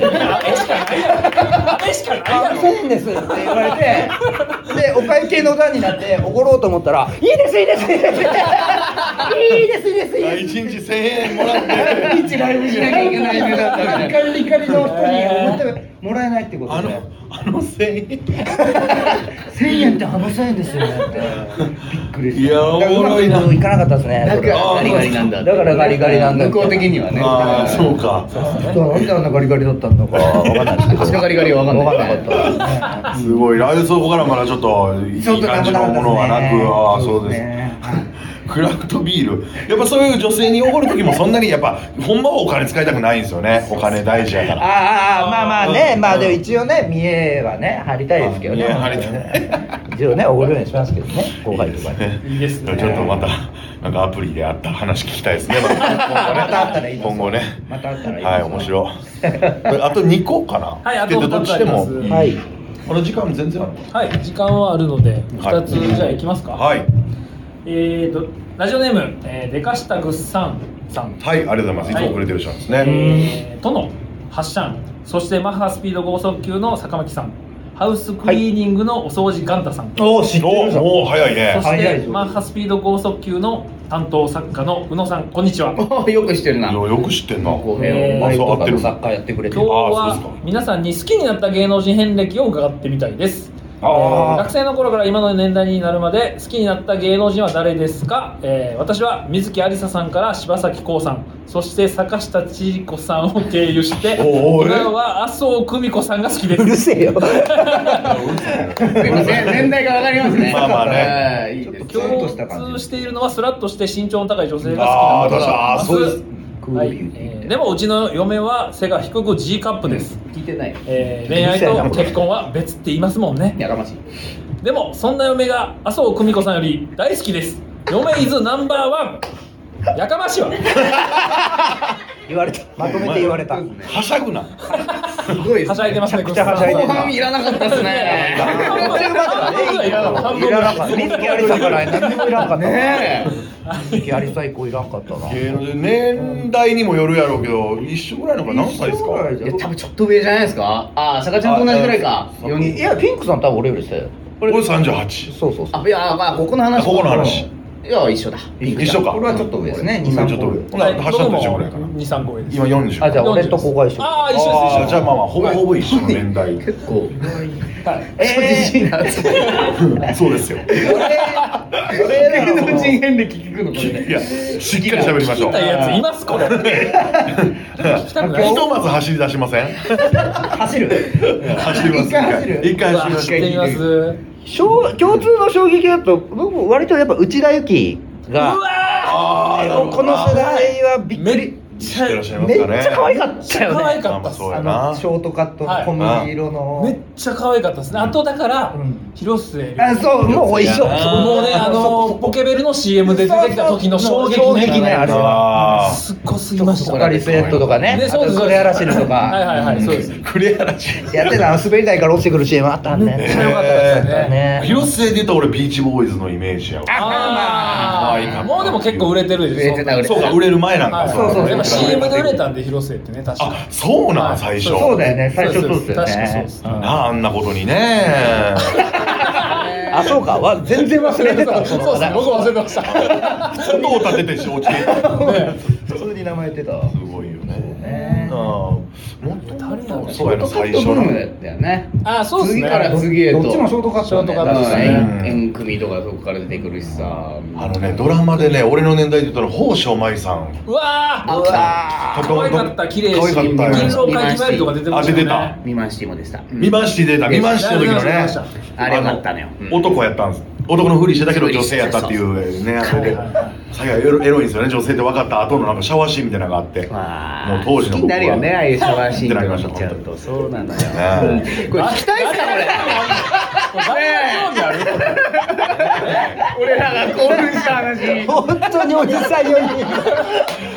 あれしかないやあろそうなんですって言われてでお会計の段になっておごろうと思ったら「いいですいいです いいですいいですいいですいいです」一日千円もらって一日ライブしなきゃいけない夢だったみたいな怒り怒りの人に思ってもらえないってことあでのあの千円1000円ってあの1000円ですよねって びっくりしたいやおもろいなうまくいかなかったですねだそかれらはガリガリなんだってだからガリガリなんだ向こう的にはねああそうかそうなんであんなガリガリだったのかわかんないですけどこっちのガリガリは分かんない分かんなかったですねすごい来そこからまだちょっといいちょっと感じのものはなくああそうですねクラフトビールやっぱそういう女性におごる時もそんなにやっぱほんまはお金使いたくないんですよねお金大事やからあーあーまあまあね、うんまあでも一応ね見栄はね張りたいですけどあね見栄張りた一応ねおごるようにしますけどね後輩とかに いいですねちょっとまたなんかアプリであった話聞きたいですねままたあったらいいです今後ねまたあったらいいですはい面白いあと2個かなはいあとけどどっちでも二つはいこの時間全然あるはい時間はあるのではい2つじゃあいきますか、はいえーとラジオネーム、えー、でかしたぐっさんさんはいありがとうございますいつもくれてる人なんですね、えー、との発車そしてマッハスピード剛速球の坂巻さんハウスクリーニングのお掃除ガンタさん、おお知ってるじゃんおお早いそねし早いてぞマッハスピード剛速球の担当作家の宇野さんこんにちは今およくしてるいやなよく知ってんな公平えーをあ毎そう合ってるサッカーやってくれて日るあーそうですはか皆さんに好きになった芸能人遍歴を伺ってみたいですえー学生の頃から今の年代になるまで好きになった芸能人は誰ですか、えー私は水木有沙さんから柴咲コウさんそして坂下千里子さんを経由しておーえー今は麻生久美子さんが好きでう するせえよすいません年代が分かりますねまあまあねはいいいですちょっと共スンとした感通じしているのはスラッとして身長の高い女性あがあ好き確かなことにあーそだうですはいえーでもうちの嫁は背が低く G カップです、聞いてないえー恋愛と結婚は別って言いますもんねやかましいでもそんな嫁が麻生久美子さんより大好きです嫁イズナンバーワンやかましいわ言われたまとめて言わ れたはしゃぐなすごいですはしゃいでましたねめちゃくちゃはしゃい後でる半いらなかったです ね半分ぐらいいらなかった半い分ぐららないかった水木ありさから何にもいらんかったねえ水木ありさ以降いらんかったな芸能人年代にもよるやろうけど一緒ぐらいのか何歳ですか一緒ぐらいいや多分ちょっと上じゃないですかああ坂ちゃんと同じぐらいかあ四い人やピンクさん多分俺よりして俺38そうそうそうあいやまあここの話ここの話いや一緒だ一緒かこれはちょっと上ですね今23ちょっと上ほなはいはしゃ僕ぐとも一緒ぐらいかな23個上です今40あじゃあ俺とここが一緒ああ一緒です一緒あでーすじゃあまあまあほぼほぼ一緒の年代結構 え ーそうですよ芸能人遍歴聞くのこれいやしっかり喋りましょ聞うきたいやついますこれ聞きたくないひとまず走り出しません走る走りま一す回走る一回走りま走すってみますう衝共通の衝撃だと僕も割とやっぱ内田有紀わがああなるほどこの世代はびっくめっり知ってらっしゃいまめすっかねちゃ可愛かったよね可愛かまあっまたあっすそうやあなのショートカットの小麦色の、めっちゃ可愛かったですねあとだから、うん広末涼子あそうもう一緒あーもうねあのポケベルの CM で出てきた時の衝撃そうそう衝撃ねあれあすっごすぎましたポカリスエットとかねねあそうとですそれやらしりとかはいはいはいそうですあ栗原ちゃんやってたあの滑り台から落ちてくる CM あったんめっねちゃ良かったですよねね広末で言うと俺ビーチボーイズのイメージやわあまああまあまああもうでも結構売れてるでしょ売れてた売れてそうか売れる前なんはかいそうそうそうやっぱそう CM で売れたんで広末ってね確かあそうなん最初そうだよね最初そうですよね確かそうですなああんなことに ねあそうかわ全然忘れてたそうですね僕忘れてました音を立てて承知 普通に名前言ってたすごいよねねなあもっと誰なのそうやな最初ブのームだったよねあそうですね次から次へとどっちもショートカットショートカットですねうん M 組とかそこから出てくるしさあのねドラマでね俺の年代で言ったら宝生舞さんうわーうわ可愛かった綺麗可し愛かった銀よ狼会決まりとか出てましたよねあ出て見ましてもでしたうん見まして出た見ましての時の見ねましたあれよかったのよあ男やったんです男のふりしてたけど女性やったっていうねあれで最後エロエロいんですよね女性って分かった後のなんかシャワーシーンみたいなのがあってまもあう当時の好きになるよねああいうシャワーシーンってなりまとしたか見ちゃうとそうなのよねこれ聞きたいっすかこれ誰が興味ある俺らが興奮し た話本当におじさん4人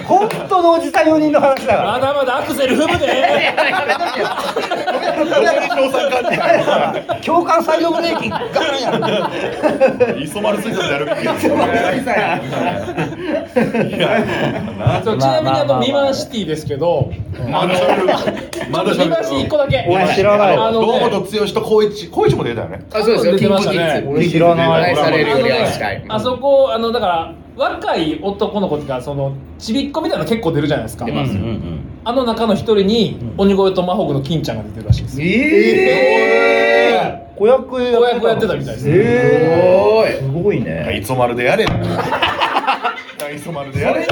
本当のおじさん4人の話だまかだまだアクセル踏むでら共感サイドブレーキガンやる磯丸水産でやるべきですよね。いや、そうちなみにあのミマンシティですけどまだしゃべる。まだしゃべミマンシティ一個だけ俺知らないあのね堂本剛と光一、光一も出たよね。あそうですよ出キてンまプしたキねッズ俺知らない愛されあるよのりねはしたいあそこあのだから若い男の子がそのちびっこみたいなの結構出るじゃないですか出ますうよんあの中の一人に鬼越トマホークの金ちゃんが出てるらしいですええ子役子役やってたみたいですねええすすごいねいつまるでやれ。いつまるでやれ。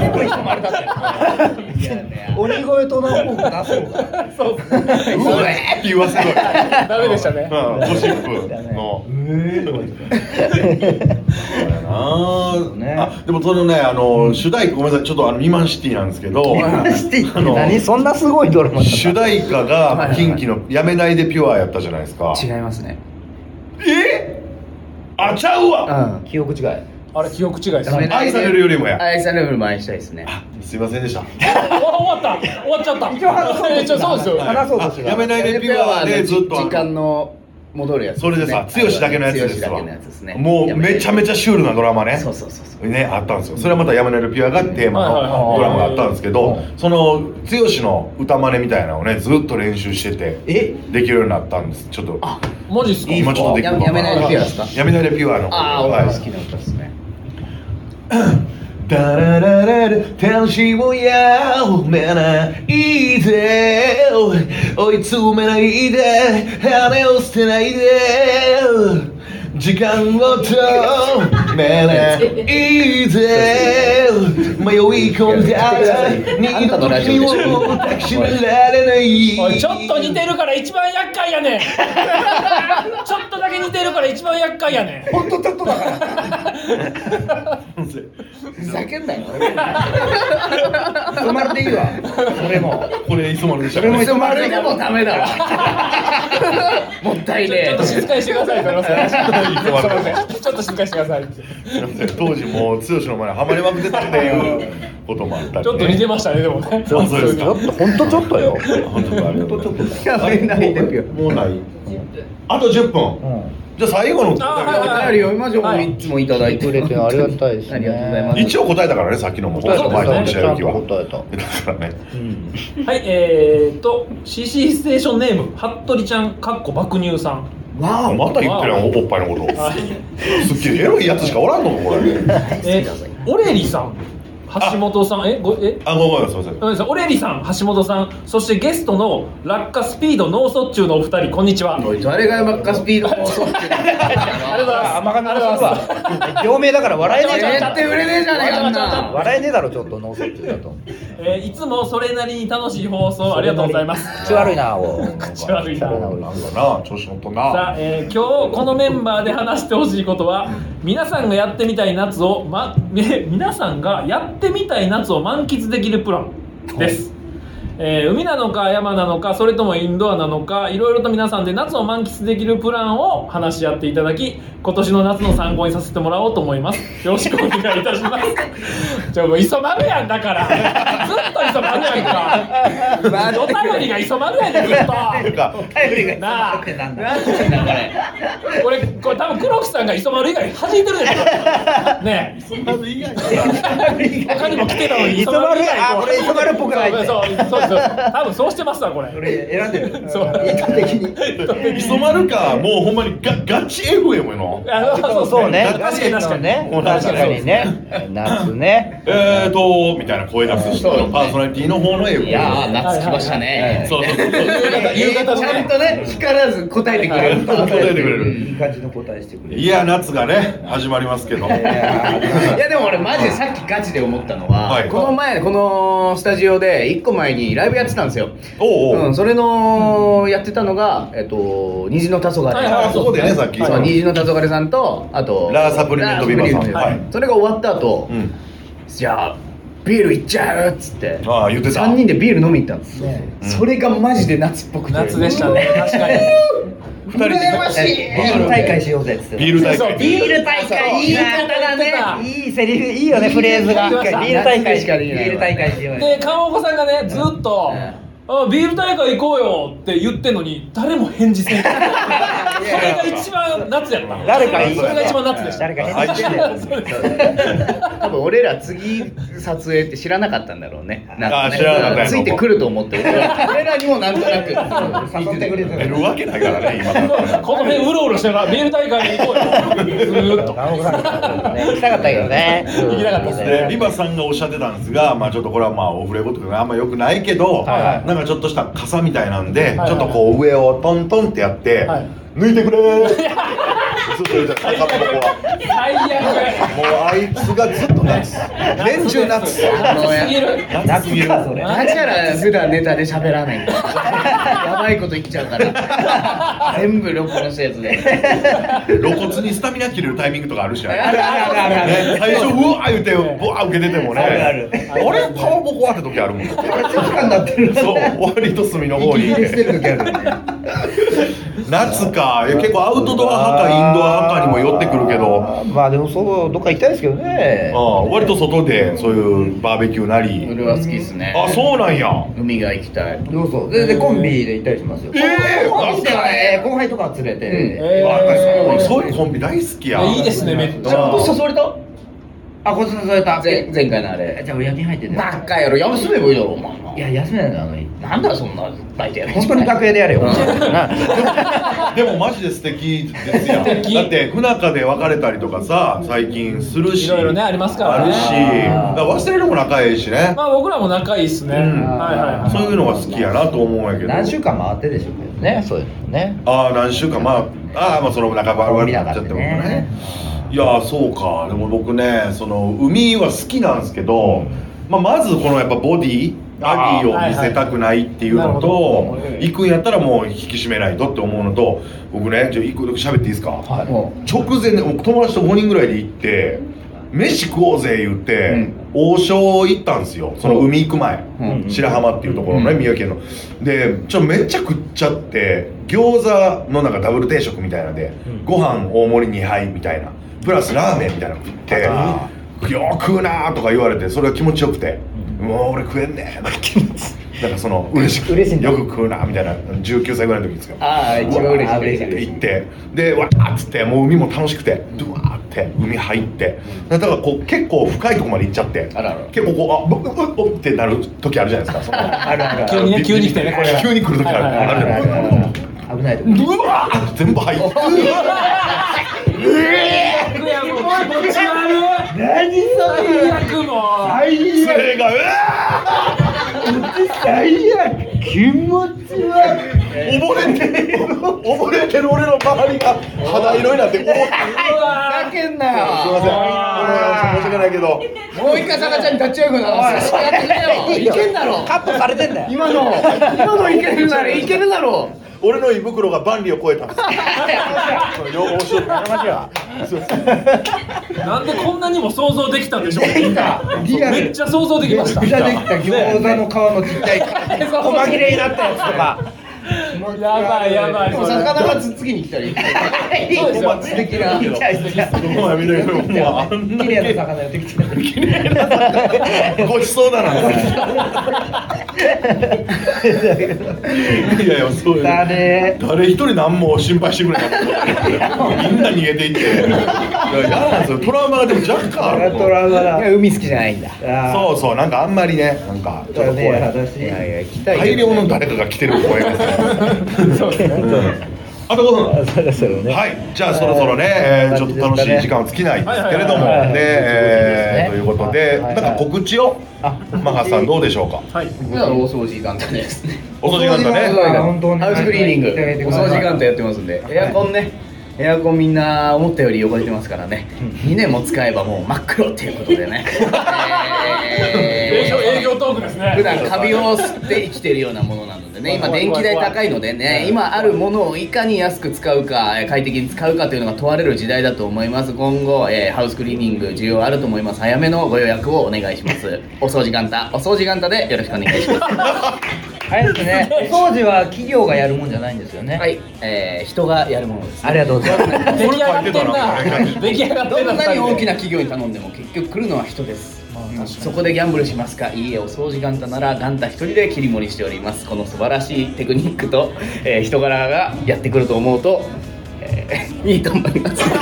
鬼越トナホーク出そうかそうですねうわーって言わせろよ。ダメでしたねうん、ゴシップの。そうやなあでもそのねあの主題歌ごめんなさいちょっとあのミマンシティなんですけどシティってあの何そんなすごいドラマだ主題歌が近畿の「やめないでピュア」やったじゃないですか違いますねあちゃうわうん記憶違いあれ記憶違いですね愛されるよりもや愛されるよりも愛したいですねすいませんでしたあ終わった終わっちゃった一応話そうとしてえーちょそうですよ話そうとしてたやめないでピュアでずっと時間の戻るやつそれでさすね剛だけのやつです剛だわけのやつですねもうめちゃめちゃシュールなドラマねそうそうそうそうねあったんですよそれはまた「やめないでピュア」がテーマはいはいはのいドラマがあったんですけどその剛の歌真似みたいなのをねずっと練習しててえできるようになったんですちょっと文字っすか今ちょっとできるかやめないでピュアですかやめないでピュアのああは俺いも好きな歌ですねダララララ天使をやめないで追い詰めないで羽を捨てないで時間を止めないで迷い込んであら二度と君を抱きしめられないおいちょっと似てるから一番厄介やねん ちょっとだけ似てるから一番厄介やねん本当ちょっとだからふざけんなよ生まれていいわ俺もこれいつものでした。俺もいつも丸でもダメだわもったいねちょっと静かにしてくださいって言われますねちょっと静かにしてくださいって。当時もう剛の前にハマりまくってたっていうこともあったりねちょっと似てましたね、でもね。あそうですか本当ちょっとよ本当ありがとうございますやめないでよもうないあと10分、じゃあ最後のあはいはいお便り読みましょう、もういつもいただいてくれてありがたいですねありがとうございます一応答えたからねさっきのも答えた前のち試ゃ合ん時とは答えただからねはい、えーっと、CC ステーションネーム、服部ちゃん、かっこ爆乳さん。あまた言ってるやんおっぱいのことすっげえエロいやつしかおらんのかこれえー、オレリさん、橋本さん、え、ご、え、あごめんごめんすいませんごめんなさいオレリさん、橋本さん、そしてゲストの落下スピード脳卒中のお二人、こんにちは。おい誰がバッカスピードを襲ってるありがとうございます。甘がなるありがとうございますわ病名だから笑えねえじゃん絶対売れねえじゃねえかあんな笑えねえだろちょっと脳卒中だとえーいつもそれなりに楽しい放送ありがとうございます。口悪いなおい口悪いななんだな調子乗ったさあな、えー今日このメンバーで話してほしいことは皆さんがやってみたい夏を、ま、み皆さんがやってみたい夏を満喫できるプランです、えー海なのか山なのかそれともインドアなのかいろいろと皆さんで夏を満喫できるプランを話し合っていただき今年の夏の参考にさせてもらおうと思いますよろしくお願いいたしますじゃあもう磯丸やんだからずっと磯丸やんか、まあお便りが磯丸やでずっと頼りがなあなんだなんてなんだこれこれこれ多分黒木さんが磯丸以外に弾いてるでしょねえ他にも来てたのに磯丸以外あこうこれ磯丸っぽくないってそうそうそうそう多分そうしてますわこれ俺選んでるそう意図的に磯丸かもうほんまにガガチ FM やなあそうそうね確かに確かにねもう確確かかににね夏ねえーとみたいな声出す人のパーソナリティの方の FM いやー、夏来ましたね。そうそうそう夕方夕方ちのゃんねとね光らず答えてくれる答えてくれいるい感じの答えしてくれるいや夏がね始まりますけどいやでも俺マジでさっきガチで思ったのは、はいこの前このスタジオで1個前にライブやってたんですよ、おうおう、うんそれのやってたのが、えっと、虹の黄昏、はいはいあそこでねさっきそう虹の黄昏さんとあとラーサプリメントビバさんラーサプリメントビバはいそれが終わった後、うんじゃあビールいっちゃうっつってああ言ってた3人でビール飲み行ったんですそれがマジで夏っぽくて夏でしたね確かに二人で羨ましいビール大会しようぜっつってビール大そう会ビール大そう会いい方だねいいセリフいいよねフレーズがビール大会しかビール大会しようよで川岡さんがねずっとあ「ビール大会行こうよ」って言ってんのに誰も返事せ んそれが一番夏やった誰かいいそれが一番夏でした誰か返事してくれよそうです多分俺ら次撮影って知らなかったんだろうねなんかあね知らなかったんやついてくると思って俺ら俺らにもなんとなく誘ってくれ出てるわけないからね今からこの辺うろうろしてたらビール大会に行こうよずーっと直さなかったね行きたかったけどね行きたかったです でリバさんがおっしゃってたんですが、まあ、ちょっとこれはまあオフレコというかあんまよくないけど、はいなんかちょっとした傘みたいなんで、はいちょっとこう上をトントンってやって、はい抜いてくれーずっと言ってた坂本子は最悪もうあいつがずっと夏年中夏夏すぎる夏すぎる夏かそれだから普段ネタで喋らないんだやばいこと言っちゃうから全部録音したやつで露骨にスタミナ切れるタイミングとかあるしあねるあるあるある最初うわー言うてボワー受けててもねあるある俺顔も壊れた時あるもんそう割と隅の方に夏かいや結構アウトドア派かインドア派かにも寄ってくるけどまあでもそうどっか行きたいですけどねああ割と外でそういうバーベキューなり俺は好きですねあそうなんや海が行きたいどうぞででコンビで行ったりしますよええなんかえー後輩とか連れて、えあー俺そういうコンビ大好きやいいですねめっちゃあ誘われたあこいつのそれた前前回のあれじゃあ親に入ってねバカやろ休めばいいだろお前いや休めないのあのなんだよそんなバイトや本当に楽屋でやれよ、でもマジで素敵ですやんだ敵って不仲で別れたりとかさ最近するしいろいろねありますからねあるしだから忘れるも仲ええしねまあ僕らも仲いいっすね、うんはいはいはいそういうのが好きやなと思うんやけど 何週間回ってでしょうけどねそういうのもねああ何週間まあああまあその仲間悪くなっちゃってもねいやーそうかでも僕ねその海は好きなんですけど、まあ、まずこのやっぱボディあアーディを見せたくないっていうのと、はいはいなるほど行くんやったらもう引き締めないとって思うのと僕ねじゃあ一個だけ喋っていいですか、直前で僕友達と5人ぐらいで行って飯食おうぜ言って、王将行ったんですよその海行く前、白浜っていうところのね、宮城県のでちょめっちゃ食っちゃって餃子のなんかダブル定食みたいなので、ご飯大盛り2杯みたいなプラスラーメンみたいなの食って「よく食うな」とか言われてそれが気持ちよくて「もう俺食えんねえ」なんか気持ちなんかその嬉しく嬉しいんだよく食うなみたいな19歳ぐらいの時ですよああ一番嬉しい嬉しい行ってでわーっつってもう海も楽しくてドゥワーって海入ってだからこう結構深いとこまで行っちゃってあらあら結構こうあぶぶぶぶってなる時あるじゃないですかそのあるあるあ る急にね急に来てねこれが急に来る時あるはいはあいるじゃないですか危ないとこうわー全部入っていやもう気持ち悪い何そ最悪も最それがうわ最悪気持ち悪いー溺れてる溺れてる俺の周りが肌色になっておーううわふざけんなよすいませんこれ は申し訳ないけどもう一回さかちゃんに立ち会うことなんですよやってくれよいけんだろカットされてんだよ今の今のいけるならいけるだろう俺の胃袋が万里を超えたんですよよ面白いなんでこんなにも想像できたんでしょうきたリアルめっちゃ想像できましためっちゃできた餃子の皮のちっちゃい細切れになったやつとかやばいやばいでも魚がつ次に来たら いい。そうですよ素敵な。もうやめろよもうあんな綺麗な魚やってきてるごちそうだないやいやそういう ね誰一人何も心配してくれなかったみんな逃げていっていや嫌なんですよトラウマがでも若干あるトラウマだ海好きじゃないんだ。あそうそうなんかあんまりねなんかちょっとーこうねや私いやいや、行きたいよ。大量の誰かが来てる 公園そうですねあとこそそろそろねはいじゃあそろそろね、えーちょっと楽しい時間は尽きないんですけれどもはいはいはいはいねえーとそういいううここととですねでなんか告知をマハさんどうでしょうかはい普段お掃除団体ですね。お掃除なんお掃除ね団体本当にハウスクリーニング、おは掃い除団体やってますんで、エアコンね。エアコンみんな思ったより汚れてますからね。2年も使えばもう真っ黒っていうことで ね。営営業営業トークですね普段カビを吸って生きてるようなものなのでね今電気代高いのでね今あるものをいかに安く使うかえー快適に使うかというのが問われる時代だと思います今後、えーハウスクリーニング需要あると思います早めのご予約をお願いしますお掃除元旦お掃除元旦でよろしくお願い しますあれですねお掃除は企業がやるもんじゃないんですよねはい、えー人がやるものですありがとうございます出来上がってんな出来上がってんなどんなに大きな企業に頼んでも結局来るのは人です、そこでギャンブルしますかいいえお掃除元旦なら元旦一人で切り盛りしておりますこの素晴らしいテクニックと、えー人柄がやってくると思うと、えーいいと思います最後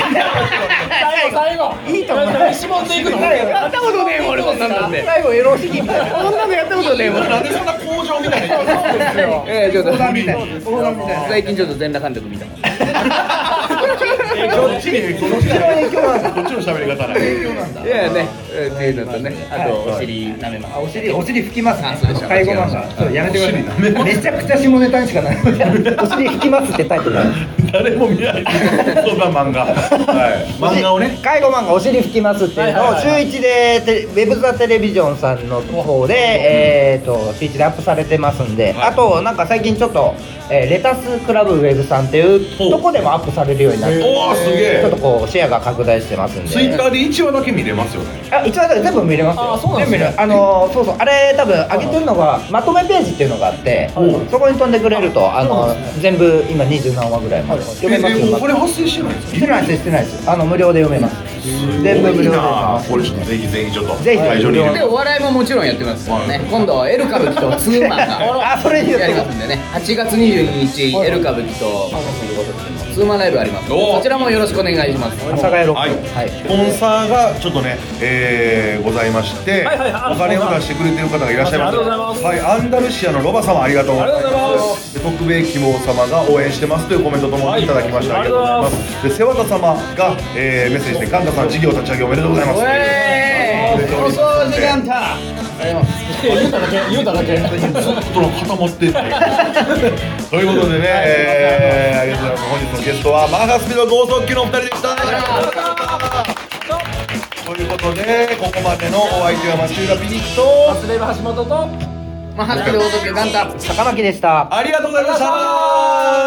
最後いいと思う石持っていくのやったことねえ俺こんなので最後エロ主義みたいこんなのやった ことねえ俺なんでそんな工場みたいなえーちょっと相談みたいな相談みたいな最近ちょっと全裸監督みたいなこっちにこっちのこっちの喋り方ないいやいやねえーっていうのとねあとお尻舐めますお尻お尻拭きますあそうでしねた介護マンさんそうやめてくださいめちゃくちゃ下ネタにしかな らないお尻拭きますってタイトル誰も見ないそんな漫画はい漫画をね介護マンがお尻拭きますっていうのを週1でテレウェブザテレビジョンさんの方で、えー、とスイッチでアップされてますんで、あとなんか最近ちょっと、えーレタスクラブウェブさんっていうとこでもアップされるようになっておおすげちょっえとこうシェアが拡大してますんでツイッターで1話だけ見れますよねあ一応だから全部見れますよあそうなんですね全部見れるあのーそうそうあれ多分上げてるのがまとめページっていうのがあって、そこに飛んでくれるとあのー全部今二十何話ぐらいまで読めえますで読もめこまれす発生してないんですしてないですしてないですあの無料で読めます全部無料で読めあまーこれちょっとぜひぜひちょっとぜひ会場に入れでてお笑いももちろんやってますよね今度はエル歌舞伎とツーマンがあそれいいよやりますんでね8月22日エル歌舞伎とツーマンライブありますおーこちらもよろしくお願いします阿佐ヶ谷ロはいック、はい、スポンサーがちょっとね、えーございまして、はいはいはおい金を出してくれてる方がいらっしゃいますありがとうございますはい、アンダルシアのロバ様ありがとうございますありがとうございますで特命希望様が応援してますというコメントともにいただきました、はあいりがとうございますで瀬和田様が、えーメッセージで神田さん事業立ち上げおめでとうございますえーお掃除元旦言うただけ言うただけちょっとなんか固まってってということでね、えーありがとうございます本日のゲストはマーガスピード豪速球のお二人でしたということでここまでのお相手はマシューラピニットバスレブ橋本とまあ、ハッピーお掃除元旦坂巻でしたありがとうございました